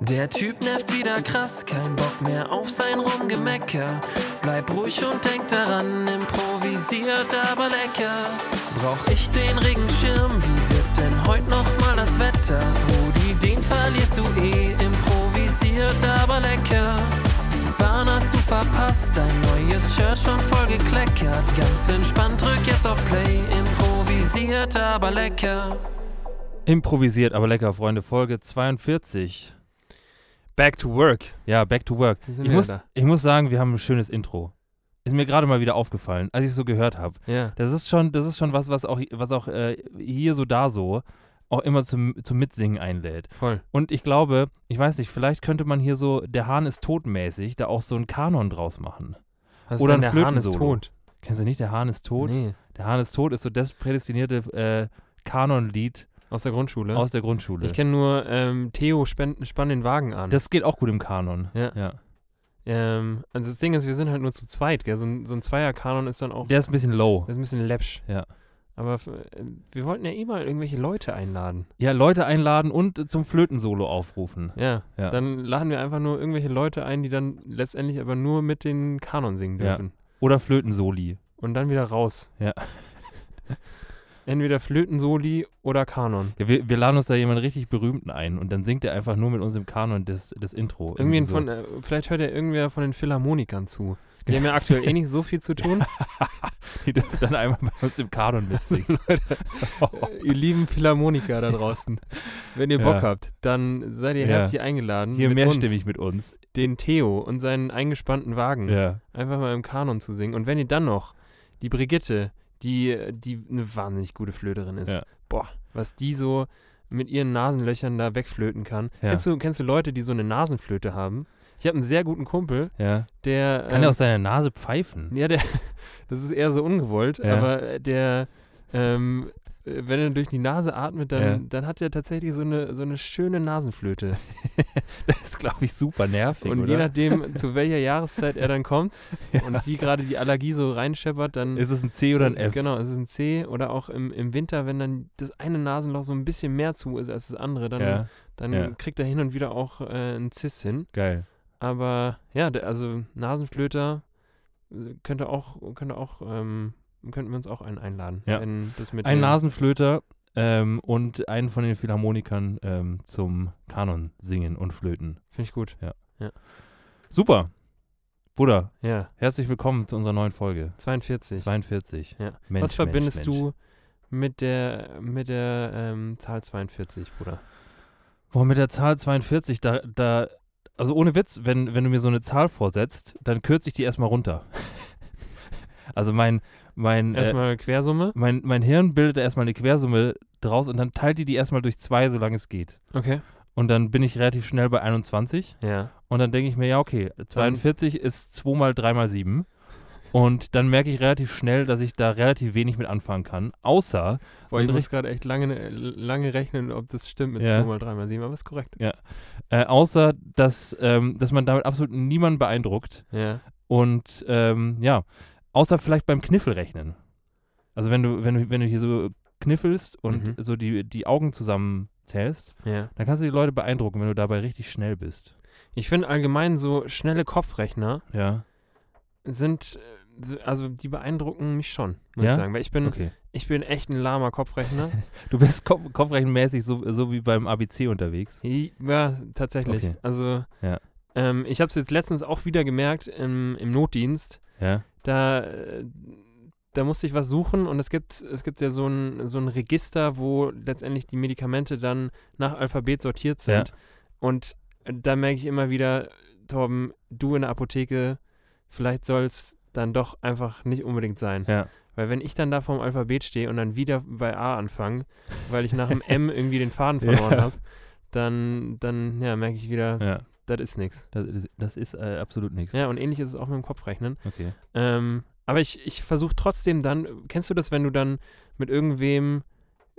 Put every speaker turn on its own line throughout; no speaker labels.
Der Typ nervt wieder krass, kein Bock mehr auf sein Rumgemecker. Bleib ruhig und denk daran, improvisiert aber lecker. Brauch ich den Regenschirm, wie wird denn heute nochmal das Wetter? Brudi, den verlierst du eh, improvisiert aber lecker. Die Bahn hast du verpasst, dein neues Shirt schon voll gekleckert. Ganz entspannt, drück jetzt auf Play, improvisiert aber lecker.
Improvisiert, aber lecker, Freunde. Folge 42.
Back to work.
Ja, back to work.
Hier sind
Ich
wir
muss,
wieder.
ich muss sagen, wir haben ein schönes Intro. Ist mir gerade mal wieder aufgefallen, als ich so gehört habe.
Ja.
Das ist schon, das ist schon was, was auch, was auch äh, hier so da so auch immer zum, zum Mitsingen einlädt.
Voll.
Und ich glaube, ich weiß nicht, vielleicht könnte man hier so, der Hahn ist todmäßig, da auch so einen Kanon draus machen.
Was
Oder
ist
ein
denn der Hahn ist
Flötensolo.
tot?
Kennst du nicht, der Hahn ist tot?
Nee.
Der Hahn ist tot ist so das prädestinierte äh, Kanonlied
Aus der Grundschule.
aus der Grundschule.
ich kenne nur ähm, Theo spen- spann den Wagen an.
das geht auch gut im Kanon.
Ja. ähm, also das Ding ist, wir sind halt nur zu zweit, gell? So ein, so ein Zweierkanon ist dann auch.
Der ist ein bisschen low.
Das ist ein bisschen läppsch.
Ja.
Aber f- äh, wir wollten ja eh mal irgendwelche Leute einladen.
Ja, Leute einladen und äh, zum Flötensolo aufrufen.
Ja.
Ja.
Dann laden wir einfach nur irgendwelche Leute ein, die dann letztendlich aber nur mit den Kanon singen
Ja.
dürfen.
Oder Flötensoli.
Und dann wieder raus.
Ja.
Entweder Flötensoli oder Kanon.
Ja, wir, wir laden uns da jemanden richtig berühmten ein und dann singt er einfach nur mit uns im Kanon das, das Intro.
Irgendwie
so.
von, äh, vielleicht hört ja irgendwer von den Philharmonikern zu. Die haben ja aktuell eh nicht so viel zu tun.
Die dürfen dann einmal bei uns im Kanon mitsingen.
Äh, ihr lieben Philharmoniker da draußen. Wenn ihr
Ja.
Bock habt, dann seid ihr
Ja.
herzlich eingeladen.
Hier
mit
mehrstimmig
Uns,
mit uns.
den Theo und seinen eingespannten Wagen.
Ja.
einfach mal im Kanon zu singen. Und wenn ihr dann noch die Brigitte, die, die eine wahnsinnig gute Flöterin ist,
Ja.
boah, was die so mit ihren Nasenlöchern da wegflöten kann.
Ja.
Kennst, du, kennst du Leute, die so eine Nasenflöte haben? Ich habe einen sehr guten Kumpel,
ja.
der.
Kann
ähm,
er aus seiner Nase pfeifen?
Ja, der. Das ist eher so ungewollt,
Ja.
aber äh, der. Ähm, äh, wenn er durch die Nase atmet, dann,
Ja.
dann hat er tatsächlich so eine, so eine schöne Nasenflöte.
Das ist, glaube ich, super nervig,
und je
oder?
nachdem, zu welcher Jahreszeit er dann kommt und wie gerade die Allergie so reinscheppert, dann
Ist es ein C oder ein F?
Genau, es ist ein C oder auch im, im Winter, wenn dann das eine Nasenloch so ein bisschen mehr zu ist als das andere, dann,
Ja,
dann
ja.
kriegt er hin und wieder auch äh, ein Cis hin.
geil.
Aber ja, der, also Nasenflöter äh, könnte auch, könnte auch, ähm, könnten wir uns auch einen einladen.
Ja.
Wenn das mit
Ein
den-
Nasenflöter ähm, und einen von den Philharmonikern ähm, zum Kanon singen und flöten.
Finde ich gut.
Super. Bruder,
Ja,
herzlich willkommen zu unserer neuen Folge.
42.
42.
Ja.
Mensch,
Was verbindest
Mensch, Mensch.
du mit der, mit der ähm, Zahl 42, Bruder?
Boah, mit der Zahl 42, da, da, also ohne Witz, wenn, wenn du mir so eine Zahl vorsetzt, dann kürze ich die erstmal runter. also mein, mein, äh,
Erstmal Quersumme.
mein, mein Hirn bildet da erstmal eine Quersumme draus und dann teilt die die erstmal durch zwei, solange es geht.
Okay.
Und dann bin ich relativ schnell bei 21
Ja.
und dann denke ich mir, ja, okay, 42 ist 2 mal 3 mal 7. Und dann merke ich relativ schnell, dass ich da relativ wenig mit anfangen kann, außer äh,
Boah, ich
Sondern
muss gerade echt lange, lange rechnen, ob das stimmt mit
Ja.
2 mal 3 mal 7, aber ist korrekt.
Äh, außer, dass, ähm, dass man damit absolut niemanden beeindruckt.
Ja.
Und ähm, ja, außer vielleicht beim Kniffelrechnen. Also wenn du, wenn du, wenn du hier so kniffelst und
Mhm.
so die, die Augen zusammenzählst,
ja.
dann kannst du die Leute beeindrucken, wenn du dabei richtig schnell bist.
Ich finde allgemein so schnelle Kopfrechner
Ja.
sind, äh, also die beeindrucken mich schon, muss
Ja?
ich sagen. Weil ich bin,
Okay.
ich bin echt ein lahmer Kopfrechner.
Du bist Kopf kopfrechenmäßig so, so wie beim ABC unterwegs.
I- ja, tatsächlich.
Okay.
Also,
Ja.
ähm, ich habe es jetzt letztens auch wieder gemerkt im, im Notdienst.
Ja.
Da, äh, da musste ich was suchen und es gibt, es gibt ja so ein, so ein Register, wo letztendlich die Medikamente dann nach Alphabet sortiert sind. Und da merke ich immer wieder, Torben, du in der Apotheke, vielleicht soll es dann doch einfach nicht unbedingt sein.
Ja.
Weil wenn ich dann da vorm Alphabet stehe und dann wieder bei A anfange, weil ich nach dem M irgendwie den Faden verloren
Ja.
habe, dann, dann ja, merke ich wieder,
Ja.
das ist nichts.
Das, ist- das ist äh, absolut nichts.
Ja, und ähnlich ist es auch mit dem Kopfrechnen.
Okay.
Ähm, aber ich, ich versuche trotzdem dann, kennst du das, wenn du dann mit irgendwem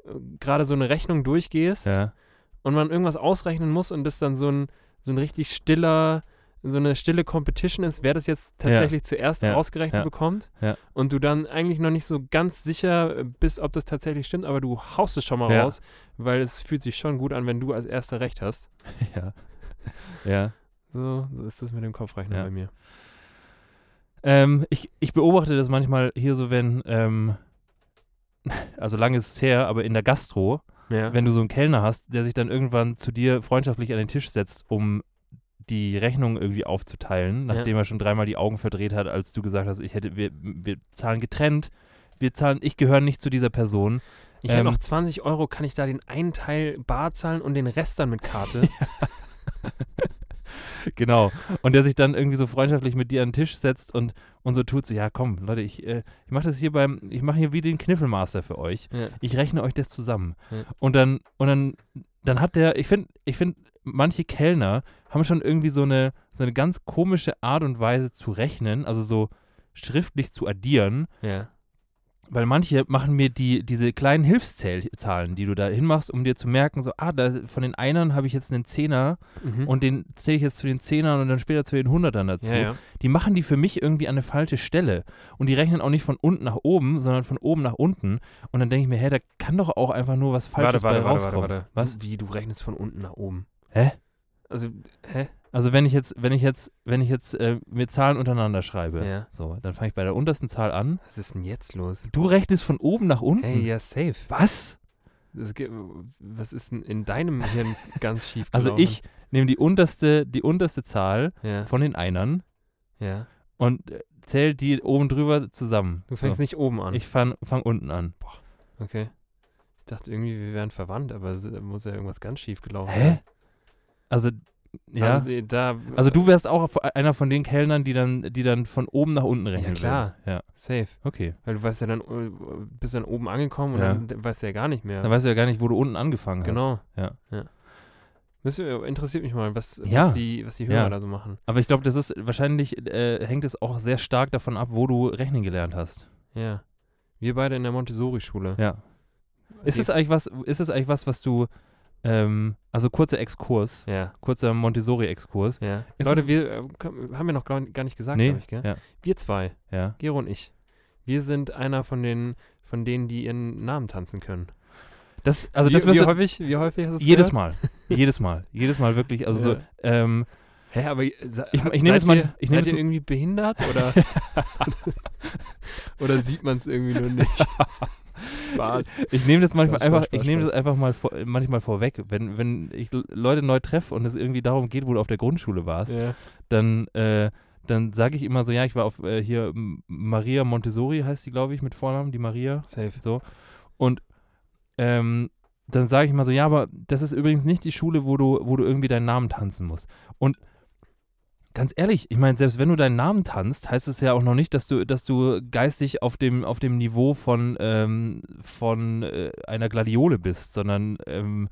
äh, gerade so eine Rechnung durchgehst?
Ja.
und man irgendwas ausrechnen muss und das dann so ein, so ein richtig stiller, so eine stille Competition ist, wer das jetzt tatsächlich zuerst
Ja.
ausgerechnet
Ja.
bekommt
Ja.
und du dann eigentlich noch nicht so ganz sicher bist, ob das tatsächlich stimmt, aber du haust es schon mal
Ja.
raus, weil es fühlt sich schon gut an, wenn du als erster recht hast.
ja. ja.
So, so ist das mit dem Kopfrechnen
Ja.
bei mir.
Ähm, ich, ich beobachte das manchmal hier so, wenn, ähm, also lange ist es her, aber in der Gastro,
Ja.
wenn du so einen Kellner hast, der sich dann irgendwann zu dir freundschaftlich an den Tisch setzt, um die Rechnung irgendwie aufzuteilen,
Ja.
nachdem er schon dreimal die Augen verdreht hat, als du gesagt hast, ich hätte, wir, wir zahlen getrennt, wir zahlen, ich gehöre nicht zu dieser Person.
ich habe
ähm,
noch 20 Euro, kann ich da den einen Teil bar zahlen und den Rest dann mit Karte?
Genau. Und der sich dann irgendwie so freundschaftlich mit dir an den Tisch setzt und, und so tut, so, ja komm, Leute, ich, äh, ich mache das hier beim, ich mache hier wie den Kniffelmaster für euch.
ja.
ich rechne euch das zusammen.
Ja.
Und dann, und dann, dann hat der, ich finde, ich finde, manche Kellner haben schon irgendwie so eine, so eine ganz komische Art und Weise zu rechnen, also so schriftlich zu addieren,
ja.
weil manche machen mir die, diese kleinen Hilfszahlen, die du da hinmachst, um dir zu merken, so, ah, da, von den Einern habe ich jetzt einen Zehner
Mhm.
und den zähle ich jetzt zu den Zehnern und dann später zu den Hundertern dazu.
ja, ja.
Die machen die für mich irgendwie an eine falsche Stelle. Und die rechnen auch nicht von unten nach oben, sondern von oben nach unten. Und dann denke ich mir, hä, da kann doch auch einfach nur was Falsches bei rauskommen. Was?
Du, wie, du rechnest von unten nach oben?
Hä?
Also, hä?
Also wenn ich jetzt, wenn ich jetzt, wenn ich jetzt äh, mir Zahlen untereinander schreibe,
Ja.
so, dann fange ich bei der untersten Zahl an.
Was ist denn jetzt los?
Du rechnest von oben nach unten.
Hey, ja, safe.
Was?
Es ge- was ist denn in deinem Hirn ganz schief
Also
gelaufen?
ich nehme die unterste, die unterste Zahl
Ja,
von den Einern
ja.
und äh, zähle die oben drüber zusammen.
Du fängst
so.
nicht oben an.
Ich fange fang unten an.
okay. Ich dachte irgendwie, wir wären verwandt, aber es muss ja irgendwas ganz schief gelaufen
Hä? Also, ja.
Also, äh, da,
Also du wärst auch auf- einer von den Kellnern, die dann, die dann von oben nach unten rechnen.
klar.
würden. Ja,
safe.
okay.
Weil du weißt ja dann, äh, bist dann oben angekommen und
Ja.
dann d- weißt du ja gar nicht mehr.
Dann weißt du ja gar nicht, wo du unten angefangen hast.
genau.
Ja.
Müsst ihr- äh, interessiert mich mal, was,
Ja.
was, die, was die Hörer
Ja.
da so machen.
Aber ich glaube, das ist wahrscheinlich äh, hängt es auch sehr stark davon ab, wo du rechnen gelernt hast.
Ja. Wir beide in der Montessori-Schule.
Ja. Ist
Die-
es eigentlich was? Ist es eigentlich was, was du? Ähm, also kurzer Exkurs,
Ja.
kurzer Montessori-Exkurs.
ja.
Ist
Leute,
es-
wir äh, komm, haben wir noch glaub, gar nicht gesagt,
nee.
glaube ich, gell?
Ja.
Wir zwei,
Ja.
Gero und ich. Wir sind einer von den von denen, die ihren Namen tanzen können.
Das, also
wie,
das
wie
wirst du
häufig, wie häufig hast du es
jedes
gehört?
Mal, jedes Mal, jedes Mal wirklich. Also so,
Ja.
ähm,
Hä, aber ich, ich
ich nehme es mal-
Ihr,
ich nehme
seid
es
ihr
mal-
irgendwie behindert oder oder sieht man es irgendwie nur nicht? Spaß.
Ich nehme das manchmal
Spaß,
einfach,
Spaß, Spaß,
ich nehme das
Spaß.
einfach mal vor, manchmal vorweg. Wenn, wenn ich L- Leute neu treffe und es irgendwie darum geht, wo du auf der Grundschule warst,
Ja.
dann, äh, dann sage ich immer so, ja, ich war auf äh, hier M- Maria Montessori heißt die, glaube ich, mit Vornamen, die Maria.
Safe.
Ähm, dann sage ich mal so, ja, aber das ist übrigens nicht die Schule, wo du, wo du irgendwie deinen Namen tanzen musst. Und ganz ehrlich, ich meine, selbst wenn du deinen Namen tanzt, heißt es ja auch noch nicht, dass du, dass du geistig auf dem, auf dem Niveau von, ähm, von äh, einer Gladiole bist, sondern, ähm,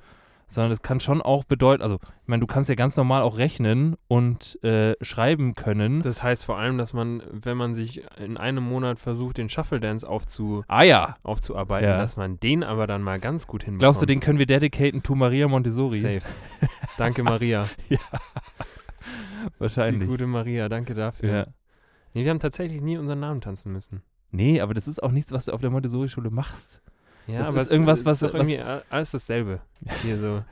sondern es kann schon auch bedeuten, also ich meine, du kannst ja ganz normal auch rechnen und äh, schreiben können.
Das heißt vor allem, dass man, wenn man sich in einem Monat versucht, den Shuffle Dance aufzu,
Ah ja.
aufzuarbeiten,
Ja.
dass man den aber dann mal ganz gut hinbekommt.
Glaubst du, den können wir dedicaten to Maria Montessori?
Safe. Danke, Maria. Die
Wahrscheinlich.
gute Maria, danke dafür.
Ja.
Nee, wir haben tatsächlich nie unseren Namen tanzen müssen.
Nee, aber das ist auch nichts, was du auf der Montessori-Schule machst.
Ja,
Das ist irgendwas, was-
ist doch
was-
irgendwie a- alles dasselbe. Hier so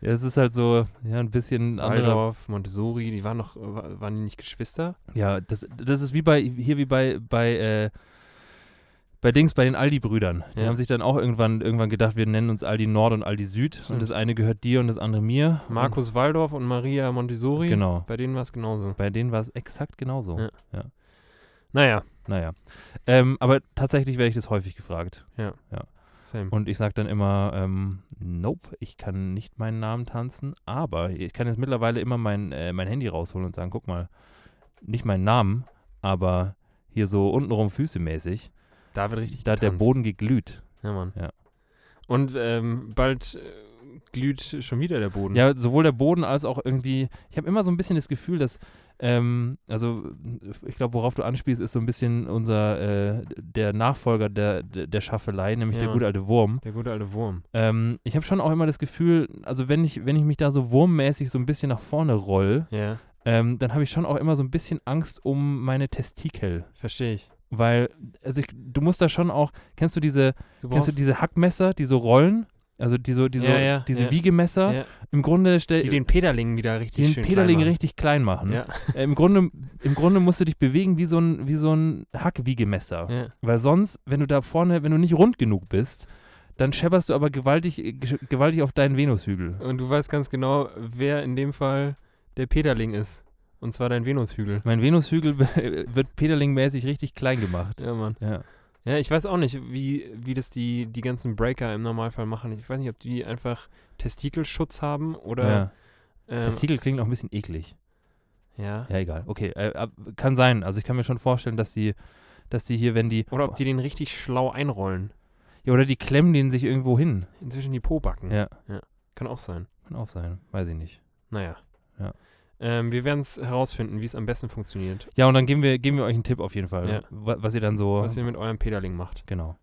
Ja, es ist halt so, ja, ein bisschen ein anderer.
Waldorf, Montessori, die waren noch, wa- waren die nicht Geschwister?
Ja, das, das ist wie bei, hier wie bei, bei, äh, bei Dings, bei den Aldi-Brüdern. Die
Ja.
haben sich dann auch irgendwann, irgendwann gedacht, wir nennen uns Aldi Nord und Aldi Süd. Und
Stimmt.
das eine gehört dir und das andere mir.
Markus Waldorf und Maria
und,
Montessori.
Hm. Genau.
Bei denen war es genauso.
Bei denen war es exakt genauso.
Ja. Naja,
Naja. Ähm, aber tatsächlich werde ich das häufig gefragt.
same.
Und ich sage dann immer, ähm, nope, ich kann nicht meinen Namen tanzen, aber ich kann jetzt mittlerweile immer mein, äh, mein Handy rausholen und sagen, guck mal, nicht meinen Namen, aber hier so untenrum füßemäßig,
da wird richtig
da hat der
getanzt.
Boden geglüht.
Ja, Mann.
Ja.
Und ähm, bald äh, glüht schon wieder der Boden.
Ja, sowohl der Boden als auch irgendwie, ich habe immer so ein bisschen das Gefühl, dass, ähm, also ich glaube, worauf du anspielst, ist so ein bisschen unser, äh, der Nachfolger der, der der Schaffelei, nämlich
Ja,
der
Mann.
gute alte Wurm.
Der gute alte Wurm.
Ähm, ich habe schon auch immer das Gefühl, also wenn ich, wenn ich mich da so wurmmäßig so ein bisschen nach vorne roll,
Ja.
ähm, dann habe ich schon auch immer so ein bisschen Angst um meine Testikel.
Verstehe ich.
Weil, also ich, du musst da schon auch, kennst du diese,
Du
kennst du diese Hackmesser, die so rollen? Also die so, die so,
Ja, ja,
diese
ja.
Wiegemesser.
Ja.
Im Grunde stell,
die den Pederling wieder richtig
Äh, den
schön
Pederling
klein
richtig klein machen.
machen.
Äh, Im, Grunde, Im Grunde musst du dich bewegen wie so ein, wie so ein Hackwiegemesser.
Ja. ja.
Weil sonst, wenn du da vorne, wenn du nicht rund genug bist, dann schepperst du aber gewaltig, äh, gesch- gewaltig auf deinen Venushügel.
Und du weißt ganz genau, wer in dem Fall der Pederling ist. Und zwar dein Venushügel.
Mein Venushügel wird Pederling-mäßig richtig klein gemacht.
Ja, Mann.
Ja.
Ja, ich weiß auch nicht, wie, wie das die, die ganzen Breaker im Normalfall machen. Ich weiß nicht, ob die einfach Testikelschutz haben oder.
ja.
ähm,
Das Titel klingt auch ein bisschen eklig.
ja.
Ja, egal. Okay, äh, ab- kann sein. Also ich kann mir schon vorstellen, dass die, dass die hier, wenn die.
Oder ob die den richtig schlau einrollen.
ja, oder die klemmen den sich irgendwo hin.
Inzwischen die Pobacken.
Ja,
Kann auch sein.
kann auch sein. Weiß ich nicht.
Naja.
Ja.
Ähm, wir werden es herausfinden, wie es am besten funktioniert,
Ja, und dann geben wir, geben wir euch einen Tipp auf jeden Fall.
Ja.
Wa- Was ihr dann so.
was ihr mit eurem Pederling macht.
genau.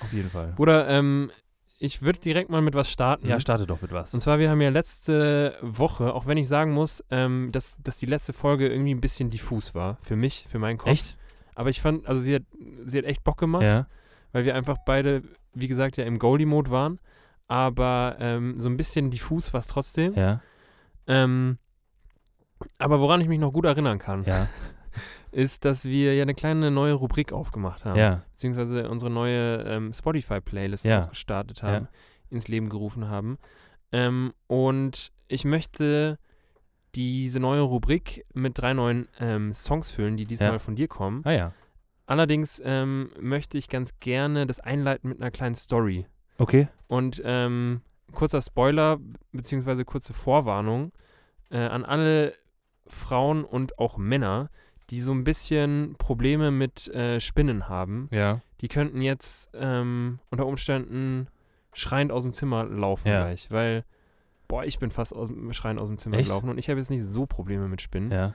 auf jeden Fall.
Bruder, ähm, ich würde direkt mal mit was starten.
Ja, starte doch mit was.
Und zwar, wir haben ja letzte Woche, auch wenn ich sagen muss, ähm, dass, dass die letzte Folge irgendwie ein bisschen diffus war. Für mich, für meinen Kopf.
Echt?
Aber ich fand, also sie hat, sie hat echt Bock gemacht,
Ja.
weil wir einfach beide, wie gesagt, ja im Goalie-Mode waren. Aber ähm, so ein bisschen diffus war es trotzdem.
Ja.
Ähm, aber woran ich mich noch gut erinnern kann,
Ja.
ist, dass wir ja eine kleine neue Rubrik aufgemacht haben.
Ja.
Beziehungsweise unsere neue ähm, Spotify-Playlist
Ja.
auch gestartet
Ja.
haben, ins Leben gerufen haben. Ähm, und ich möchte diese neue Rubrik mit drei neuen ähm, Songs füllen, die diesmal
Ja.
von dir kommen.
Ah ja.
Allerdings ähm, möchte ich ganz gerne das einleiten mit einer kleinen Story.
Okay.
Und ähm, kurzer Spoiler, beziehungsweise kurze Vorwarnung äh, an alle Frauen und auch Männer, die so ein bisschen Probleme mit äh, Spinnen haben.
Ja.
Die könnten jetzt ähm, unter Umständen schreiend aus dem Zimmer laufen
Ja.
gleich, weil, boah, ich bin fast aus, schreiend aus dem Zimmer
Echt?
gelaufen und ich habe jetzt nicht so Probleme mit Spinnen.
Ja.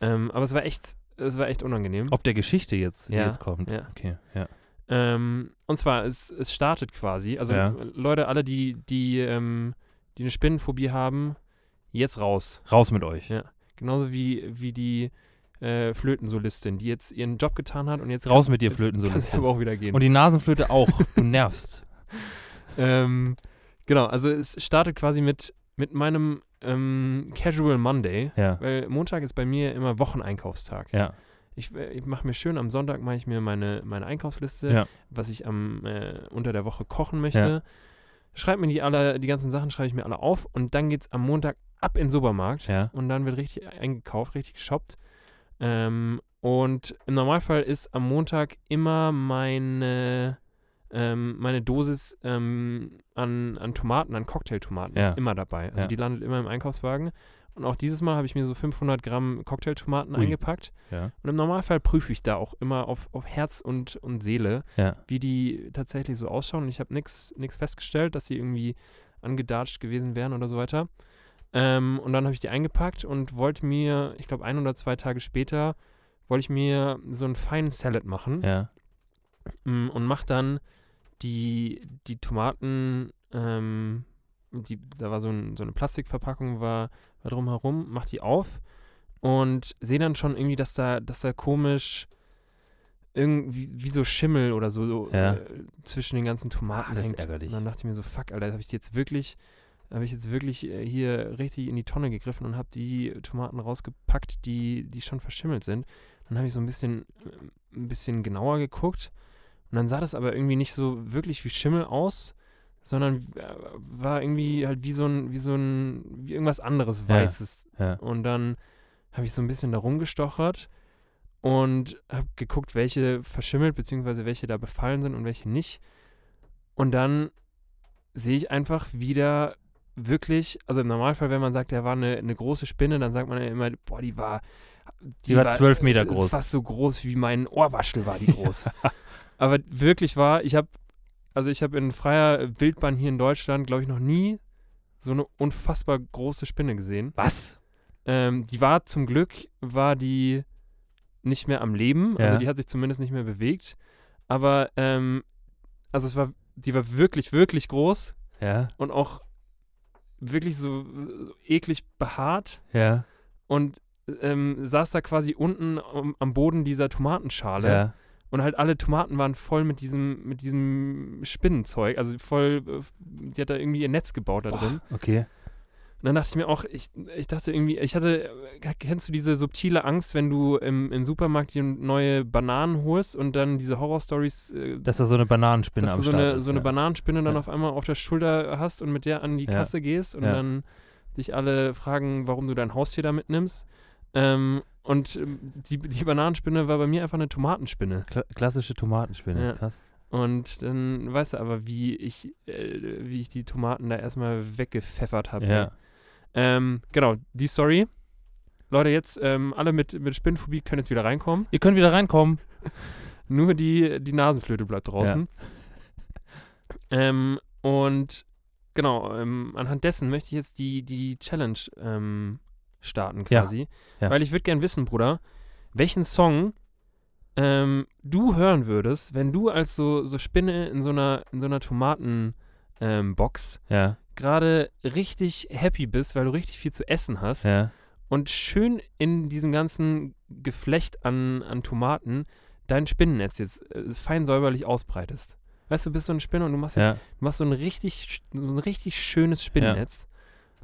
Ähm, aber es war echt, es war echt unangenehm.
Ob der Geschichte jetzt, die
Ja.
jetzt kommt.
Ja.
Okay. Ja.
Ähm, und zwar, es, es startet quasi. Also
Ja.
Leute, alle, die, die, ähm, die eine Spinnenphobie haben, jetzt raus.
Raus mit euch.
Ja. Genauso wie, wie die äh, Flötensolistin, die jetzt ihren Job getan hat und jetzt
Raus mit dir,
Jetzt kann
Flötensolist.
sie aber auch wieder gehen.
Und die Nasenflöte auch. Du nervst.
ähm, genau, also es startet quasi mit, mit meinem ähm, Casual Monday,
Ja.
weil Montag ist bei mir immer Wocheneinkaufstag.
Ja.
Ich, äh, ich mache mir schön, am Sonntag mache ich mir meine, meine Einkaufsliste,
Ja.
was ich am, äh, unter der Woche kochen möchte. Schreib mir die alle, die ganzen Sachen schreibe ich mir alle auf und dann geht's am Montag ab in den Supermarkt
Ja.
und dann wird richtig eingekauft, richtig geshoppt. Ähm, und im Normalfall ist am Montag immer meine, ähm, meine Dosis ähm, an, an Tomaten, an Cocktailtomaten
Ja.
ist immer dabei. Also
Ja.
die landet immer im Einkaufswagen. Und auch dieses Mal habe ich mir so 500 Gramm Cocktailtomaten
Ui.
eingepackt.
Ja.
Und im Normalfall prüfe ich da auch immer auf, auf Herz und, und Seele,
Ja.
wie die tatsächlich so ausschauen. Und ich habe nichts festgestellt, dass sie irgendwie angedatscht gewesen wären oder so weiter. Ähm, und dann habe ich die eingepackt und wollte mir, ich glaube, ein oder zwei Tage später, wollte ich mir so einen feinen Salad machen
Ja.
Mm, und mache dann die, die Tomaten, ähm, die, da war so, ein, so eine Plastikverpackung, war, war drumherum, mache die auf und sehe dann schon irgendwie, dass da, dass da komisch irgendwie wie so Schimmel oder so, so
Ja.
äh, zwischen den ganzen Tomaten
Ah, das ist
hängt.
ärgerlich.
Und dann dachte ich mir so, fuck, Alter, habe ich die jetzt wirklich habe ich jetzt wirklich äh, hier richtig in die Tonne gegriffen und habe die Tomaten rausgepackt, die, die schon verschimmelt sind. Dann habe ich so ein bisschen, äh, ein bisschen genauer geguckt und dann sah das aber irgendwie nicht so wirklich wie Schimmel aus, sondern äh, war irgendwie halt wie so ein, wie so ein, wie irgendwas anderes
Ja.
Weißes.
Ja.
Und dann habe ich so ein bisschen da rumgestochert und habe geguckt, welche verschimmelt, beziehungsweise welche da befallen sind und welche nicht. Und dann sehe ich einfach wieder wirklich, also im Normalfall, wenn man sagt, da war eine, eine große Spinne, dann sagt man ja immer, boah, die war.
Die war 12 Meter
äh,
groß.
Fast so groß wie mein Ohrwaschel war die groß. Aber wirklich war, ich habe, also ich habe in freier Wildbahn hier in Deutschland, glaube ich, noch nie so eine unfassbar große Spinne gesehen.
Was?
Ähm, die war zum Glück, war die nicht mehr am Leben. Also
Ja.
die hat sich zumindest nicht mehr bewegt. Aber, ähm, also es war, die war wirklich, wirklich groß
Ja.
und auch wirklich so äh, eklig behaart.
Ja.
und ähm, saß da quasi unten am, am Boden dieser Tomatenschale.
Ja.
Und halt alle Tomaten waren voll mit diesem, mit diesem Spinnenzeug. Also voll, äh, die hat da irgendwie ihr Netz gebaut da drin.
Okay.
Und dann dachte ich mir auch, ich, ich dachte irgendwie, ich hatte, kennst du diese subtile Angst, wenn du im, im Supermarkt dir neue Bananen holst und dann diese Horrorstories, äh,
Dass da so eine Bananenspinne genau
dass
am
du so
Start
eine,
ist,
so eine
ja.
Bananenspinne dann
Ja.
auf einmal auf der Schulter hast und mit der an die
Ja.
Kasse gehst und
Ja.
dann dich alle fragen, warum du dein Haustier da mitnimmst. Ähm, und ähm, die, die Bananenspinne war bei mir einfach eine Tomatenspinne.
Kla klassische Tomatenspinne,
Ja.
krass.
Und dann weißt du aber, wie ich, äh, wie ich die Tomaten da erstmal weggepfeffert habe.
Ja.
Ähm, genau, die Story. Leute, jetzt ähm, alle mit, mit Spinnenphobie können jetzt wieder reinkommen.
Ihr könnt wieder reinkommen.
Nur die, die Nasenflöte bleibt draußen. Ähm, und genau, ähm, anhand dessen möchte ich jetzt die, die Challenge ähm, starten
Ja,
quasi.
ja.
Weil ich würde gern wissen, Bruder, welchen Song ähm, du hören würdest, wenn du als so, so Spinne in so einer, in so einer Tomatenbox ähm, Box
Ja,
gerade richtig happy bist, weil du richtig viel zu essen hast.
ja.
und schön in diesem ganzen Geflecht an, an Tomaten dein Spinnennetz jetzt äh, fein säuberlich ausbreitest. Weißt du, du bist so ein Spinner und du machst, jetzt,
Ja,
du machst so, ein richtig, sch- so ein richtig schönes Spinnennetz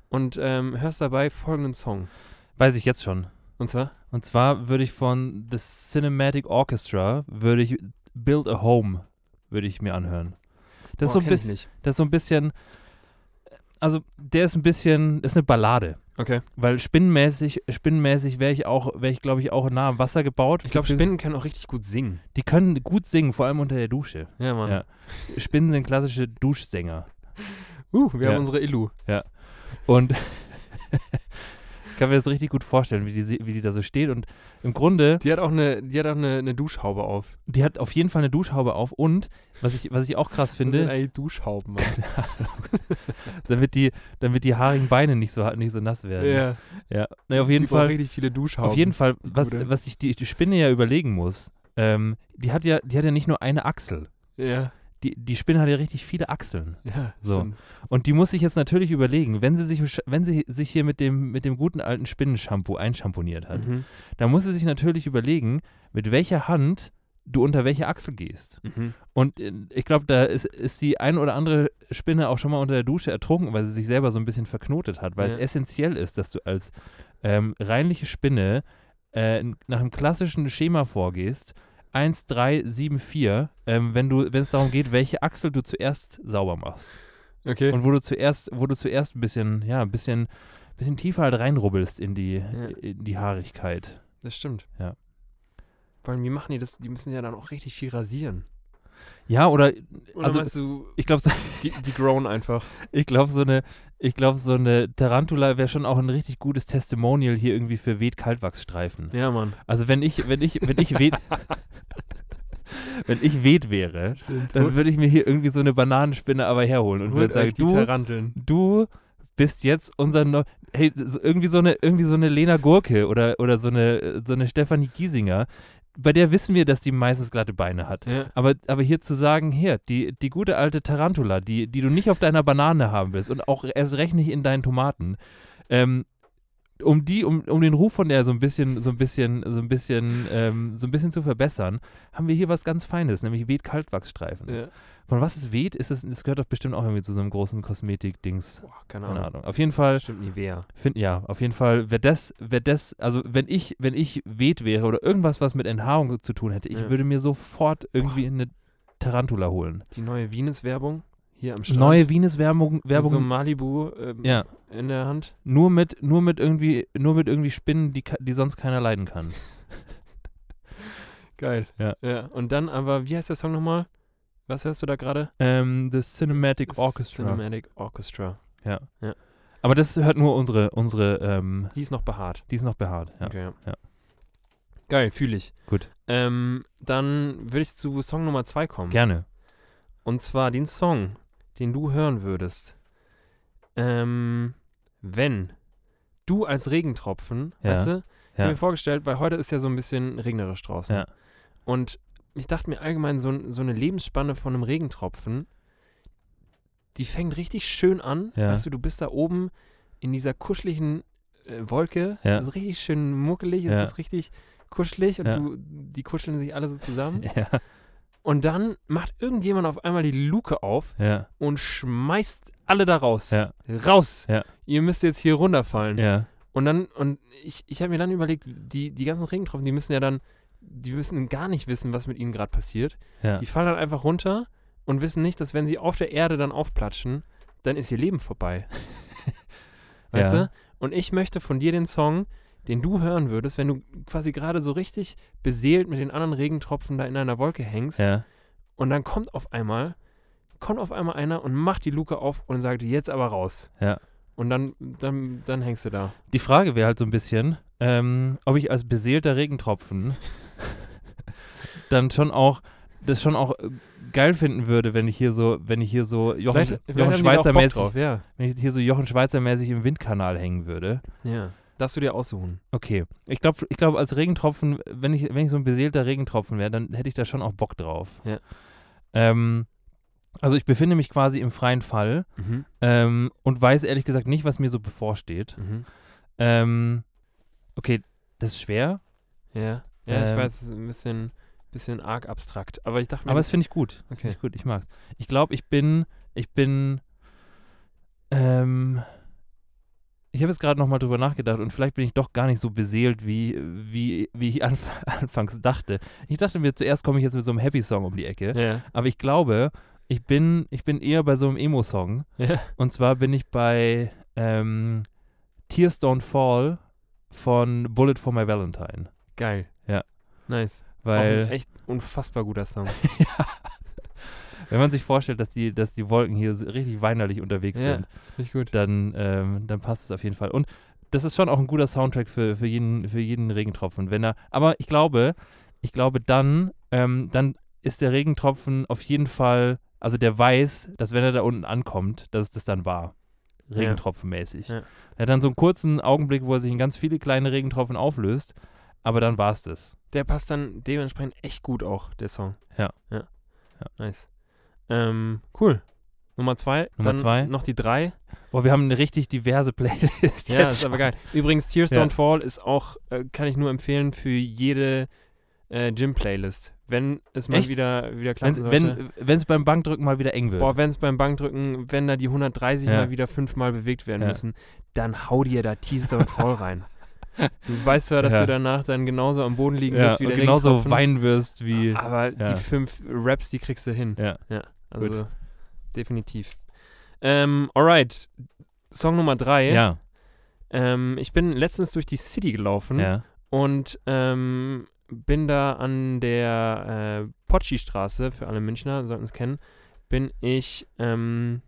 und ähm, hörst dabei folgenden Song.
weiß ich jetzt schon.
Und zwar,
Und zwar würde ich von The Cinematic Orchestra, würde ich Build a Home, würde ich mir anhören. Das, ist so ein
Boah, kenn ich
bisschen,
nicht.
das ist so ein bisschen, also der ist ein bisschen, ist eine Ballade.
Okay.
Weil spinnenmäßig, spinnenmäßig wäre ich auch, wäre ich glaube ich auch nah am Wasser gebaut.
Ich glaube,
Beziehungs-
Spinnen können auch richtig gut singen.
Die können gut singen, vor allem unter der Dusche.
Ja, Mann.
Ja. Spinnen sind klassische Duschsänger.
Uh, wir
Ja.
haben unsere Illu.
Und ich kann mir das richtig gut vorstellen, wie die, se- wie die da so steht. Und im Grunde,
Die hat auch eine, die hat auch eine, eine Duschhaube auf.
die hat auf jeden Fall eine Duschhaube auf. Und was ich, was ich auch krass
Das sind
finde,
eigentlich Duschhauben, Mann.
damit die, damit die haarigen Beine nicht so, nicht so nass werden.
ja.
ja. Naja, auf
Die
jeden
brauchen
Fall.
richtig viele Duschhauben.
Auf jeden Fall, was,
Gute.
was sich die, die Spinne ja überlegen muss, ähm, die, hat ja, die hat ja nicht nur eine Achsel.
Ja,
Die, die Spinne hat ja richtig viele Achseln.
ja.
So.
stimmt.
Und die muss sich jetzt natürlich überlegen, wenn sie sich, wenn sie sich hier mit dem, mit dem guten alten Spinnenshampoo einschamponiert hat,
Mhm.
dann muss sie sich natürlich überlegen, mit welcher Hand du unter welche Achsel gehst.
Mhm.
Und äh, ich glaube, da ist, ist die ein oder andere Spinne auch schon mal unter der Dusche ertrunken, weil sie sich selber so ein bisschen verknotet hat, weil es
Ja.
essentiell ist, dass du als ähm, reinliche Spinne äh, n- nach einem klassischen Schema vorgehst. 1, 3, 7, 4, ähm, wenn du- wenn es darum geht, welche Achsel du zuerst sauber machst.
Okay.
Und wo du zuerst, wo du zuerst ein bisschen, ja, ein bisschen, bisschen tiefer halt reinrubbelst in die,
Ja.
in die Haarigkeit.
Das stimmt.
Ja.
Vor allem, wie machen die das? Die müssen ja dann auch richtig viel rasieren.
Ja, oder,
Oder
also
meinst du,
ich glaube, so,
die, die grown einfach?
ich glaube so eine, ich glaube so eine Tarantula wäre schon auch ein richtig gutes Testimonial hier irgendwie für Weht Kaltwachsstreifen.
Ja, Mann.
Also wenn ich, wenn ich, wenn ich weht, wenn ich weht wäre,
Stimmt.
dann
Dann
würde ich mir hier irgendwie so eine Bananenspinne aber herholen und würde
wird
sagen,
euch die
du,
Taranteln.
du bist jetzt unser Neu hey so, irgendwie so eine irgendwie so eine Lena Gurke oder oder so eine so eine Stefanie Giesinger bei der wissen wir dass die meistens glatte Beine hat
Ja.
aber aber hier zu sagen hier die die gute alte Tarantula die die du nicht auf deiner Banane haben willst und auch erst recht nicht in deinen Tomaten ähm, um die, um, um den Ruf von der so ein bisschen, so ein bisschen, so ein bisschen, ähm, so ein bisschen zu verbessern, haben wir hier was ganz Feines, nämlich Weht Kaltwachsstreifen.
Ja.
Von was es weht, ist es, das gehört doch bestimmt auch irgendwie zu so einem großen Kosmetik-Dings.
Boah, keine
Keine
Ahnung.
Ahnung. Auf jeden Fall,
Stimmt Nivea.
find, ja, auf jeden Fall, wer das, wer das, also wenn ich, wenn ich weht wäre oder irgendwas, was mit Enthaarung zu tun hätte, ich
Ja.
würde mir sofort irgendwie eine Tarantula holen.
Die neue Venus-Werbung hier am Start.
Neue Venus-Werbung,
Werbung. Mit
Werbung,
so einem Malibu ähm,
ja,
in der Hand.
nur mit, nur mit irgendwie, nur mit irgendwie Spinnen, die, ka- die sonst keiner leiden kann.
Geil.
Ja.
ja. Und dann aber, wie heißt der Song nochmal? Was hörst du da gerade?
ähm, the Cinematic Orchestra.
Cinematic Orchestra.
Ja.
Ja.
Aber das hört nur unsere, unsere, ähm,
Die ist noch behaart.
die ist noch behaart. Ja.
Okay, ja.
Ja.
Geil, fühle ich.
Gut.
Ähm, dann würde ich zu Song Nummer 2 kommen.
Gerne.
Und zwar den Song, den du hören würdest. Ähm, wenn du als Regentropfen,
Ja,
weißt du, ich
ja.
habe mir vorgestellt, weil heute ist ja so ein bisschen regnerisch draußen.
Ja.
Und ich dachte mir allgemein, so, ein- so eine Lebensspanne von einem Regentropfen, die fängt richtig schön an.
Ja.
Weißt du, du bist da oben in dieser kuscheligen äh, Wolke.
Ja.
Das ist richtig schön muckelig,
Ja.
es ist richtig kuschelig und
Ja.
du, die kuscheln sich alle so zusammen.
Ja,
Und dann macht irgendjemand auf einmal die Luke auf
ja,
und schmeißt alle da raus.
ja,
Raus!
Ja.
Ihr müsst jetzt hier runterfallen.
ja,
Und dann, und ich, ich habe mir dann überlegt, die, die ganzen Regentropfen, die müssen ja dann, die müssen gar nicht wissen, was mit ihnen gerade passiert.
ja.
Die fallen dann einfach runter und wissen nicht, dass wenn sie auf der Erde dann aufplatschen, dann ist ihr Leben vorbei. weißt
Ja.
du? Und ich möchte von dir den Song, den du hören würdest, wenn du quasi gerade so richtig beseelt mit den anderen Regentropfen da in einer Wolke hängst
Ja,
und dann kommt auf einmal, kommt auf einmal einer und macht die Luke auf und sagt, jetzt aber raus.
Ja.
Und dann, dann, dann hängst du da.
Die Frage wäre halt so ein bisschen, ähm, ob ich als beseelter Regentropfen dann schon auch das schon auch äh, geil finden würde, wenn ich hier so, wenn ich hier so Jochen,
Vielleicht- vielleicht
Jochen
haben die da auch
Schweizer
Bock
mäßig,
drauf, ja.
wenn ich hier so Jochen Schweizer mäßig im Windkanal hängen würde.
Ja. Darfst du dir aussuchen.
Okay, ich glaube, ich glaub, als Regentropfen, wenn ich, wenn ich so ein beseelter Regentropfen wäre, dann hätte ich da schon auch Bock drauf.
Ja.
Ähm, also ich befinde mich quasi im freien Fall
Mhm.
ähm, und weiß ehrlich gesagt nicht, was mir so bevorsteht.
Mhm.
Ähm, okay, das ist schwer,
Ja. Ja, ich
Ähm.
weiß, es ist ein bisschen, bisschen arg abstrakt. Aber ich dachte mir,
aber das finde ich gut. Finde
okay.
Ich gut, ich mag's. Ich glaube, ich bin, ich bin, ähm, ich habe jetzt gerade nochmal drüber nachgedacht und vielleicht bin ich doch gar nicht so beseelt, wie, wie, wie ich anf anfangs dachte. Ich dachte mir, zuerst komme ich jetzt mit so einem Happy-Song um die Ecke,
Ja.
aber ich glaube, ich bin, ich bin eher bei so einem Emo-Song.
Ja.
Und zwar bin ich bei ähm, Tears Don't Fall von Bullet for My Valentine.
Geil.
Ja.
Nice. Auch ein
Weil,
echt unfassbar guter Song.
wenn man sich vorstellt, dass die, dass die Wolken hier so richtig weinerlich unterwegs
Ja.
sind,
Nicht gut.
dann, ähm, dann passt es auf jeden Fall. Und das ist schon auch ein guter Soundtrack für, für, jeden, für jeden Regentropfen. Wenn er, aber ich glaube, ich glaube dann, ähm, dann ist der Regentropfen auf jeden Fall, also der weiß, dass wenn er da unten ankommt, dass es das dann war.
Ja.
Regentropfenmäßig.
Ja.
Er hat dann so einen kurzen Augenblick, wo er sich in ganz viele kleine Regentropfen auflöst, aber dann war es das.
Der passt dann dementsprechend echt gut auch, der Song.
Ja.
Ja.
Ja.
Nice. Ähm, cool. Nummer zwei.
Nummer
dann
zwei.
Noch die drei.
Boah, wir haben eine richtig diverse Playlist.
Ja,
jetzt
ist aber
schon.
geil. Übrigens, Tears
Ja.
Don't Fall ist auch, äh, kann ich nur empfehlen für jede äh, Gym-Playlist. Wenn es mal
Echt?
wieder, wieder klappen sollte.
Wenn es beim Bankdrücken mal wieder eng wird.
Boah, wenn es beim Bankdrücken, wenn da die 130
Ja.
mal wieder fünfmal bewegt werden
Ja.
müssen, dann hau dir da Tears Don't Fall rein. Du weißt zwar, dass
Ja.
du danach dann genauso am Boden liegen
ja,
wirst wie
und
der
genauso
Regentropfen,
weinen wirst wie.
aber
ja.
die fünf Raps, die kriegst du hin.
Ja.
Also,
Gut.
definitiv. Ähm, alright, Song Nummer drei.
ah, Ja, hm?
Ähm, ich bin letztens durch die City gelaufen
ja.
und ähm, bin da an der äh, Potschi-Straße, für alle Münchner, sollten es kennen, bin ich ähm,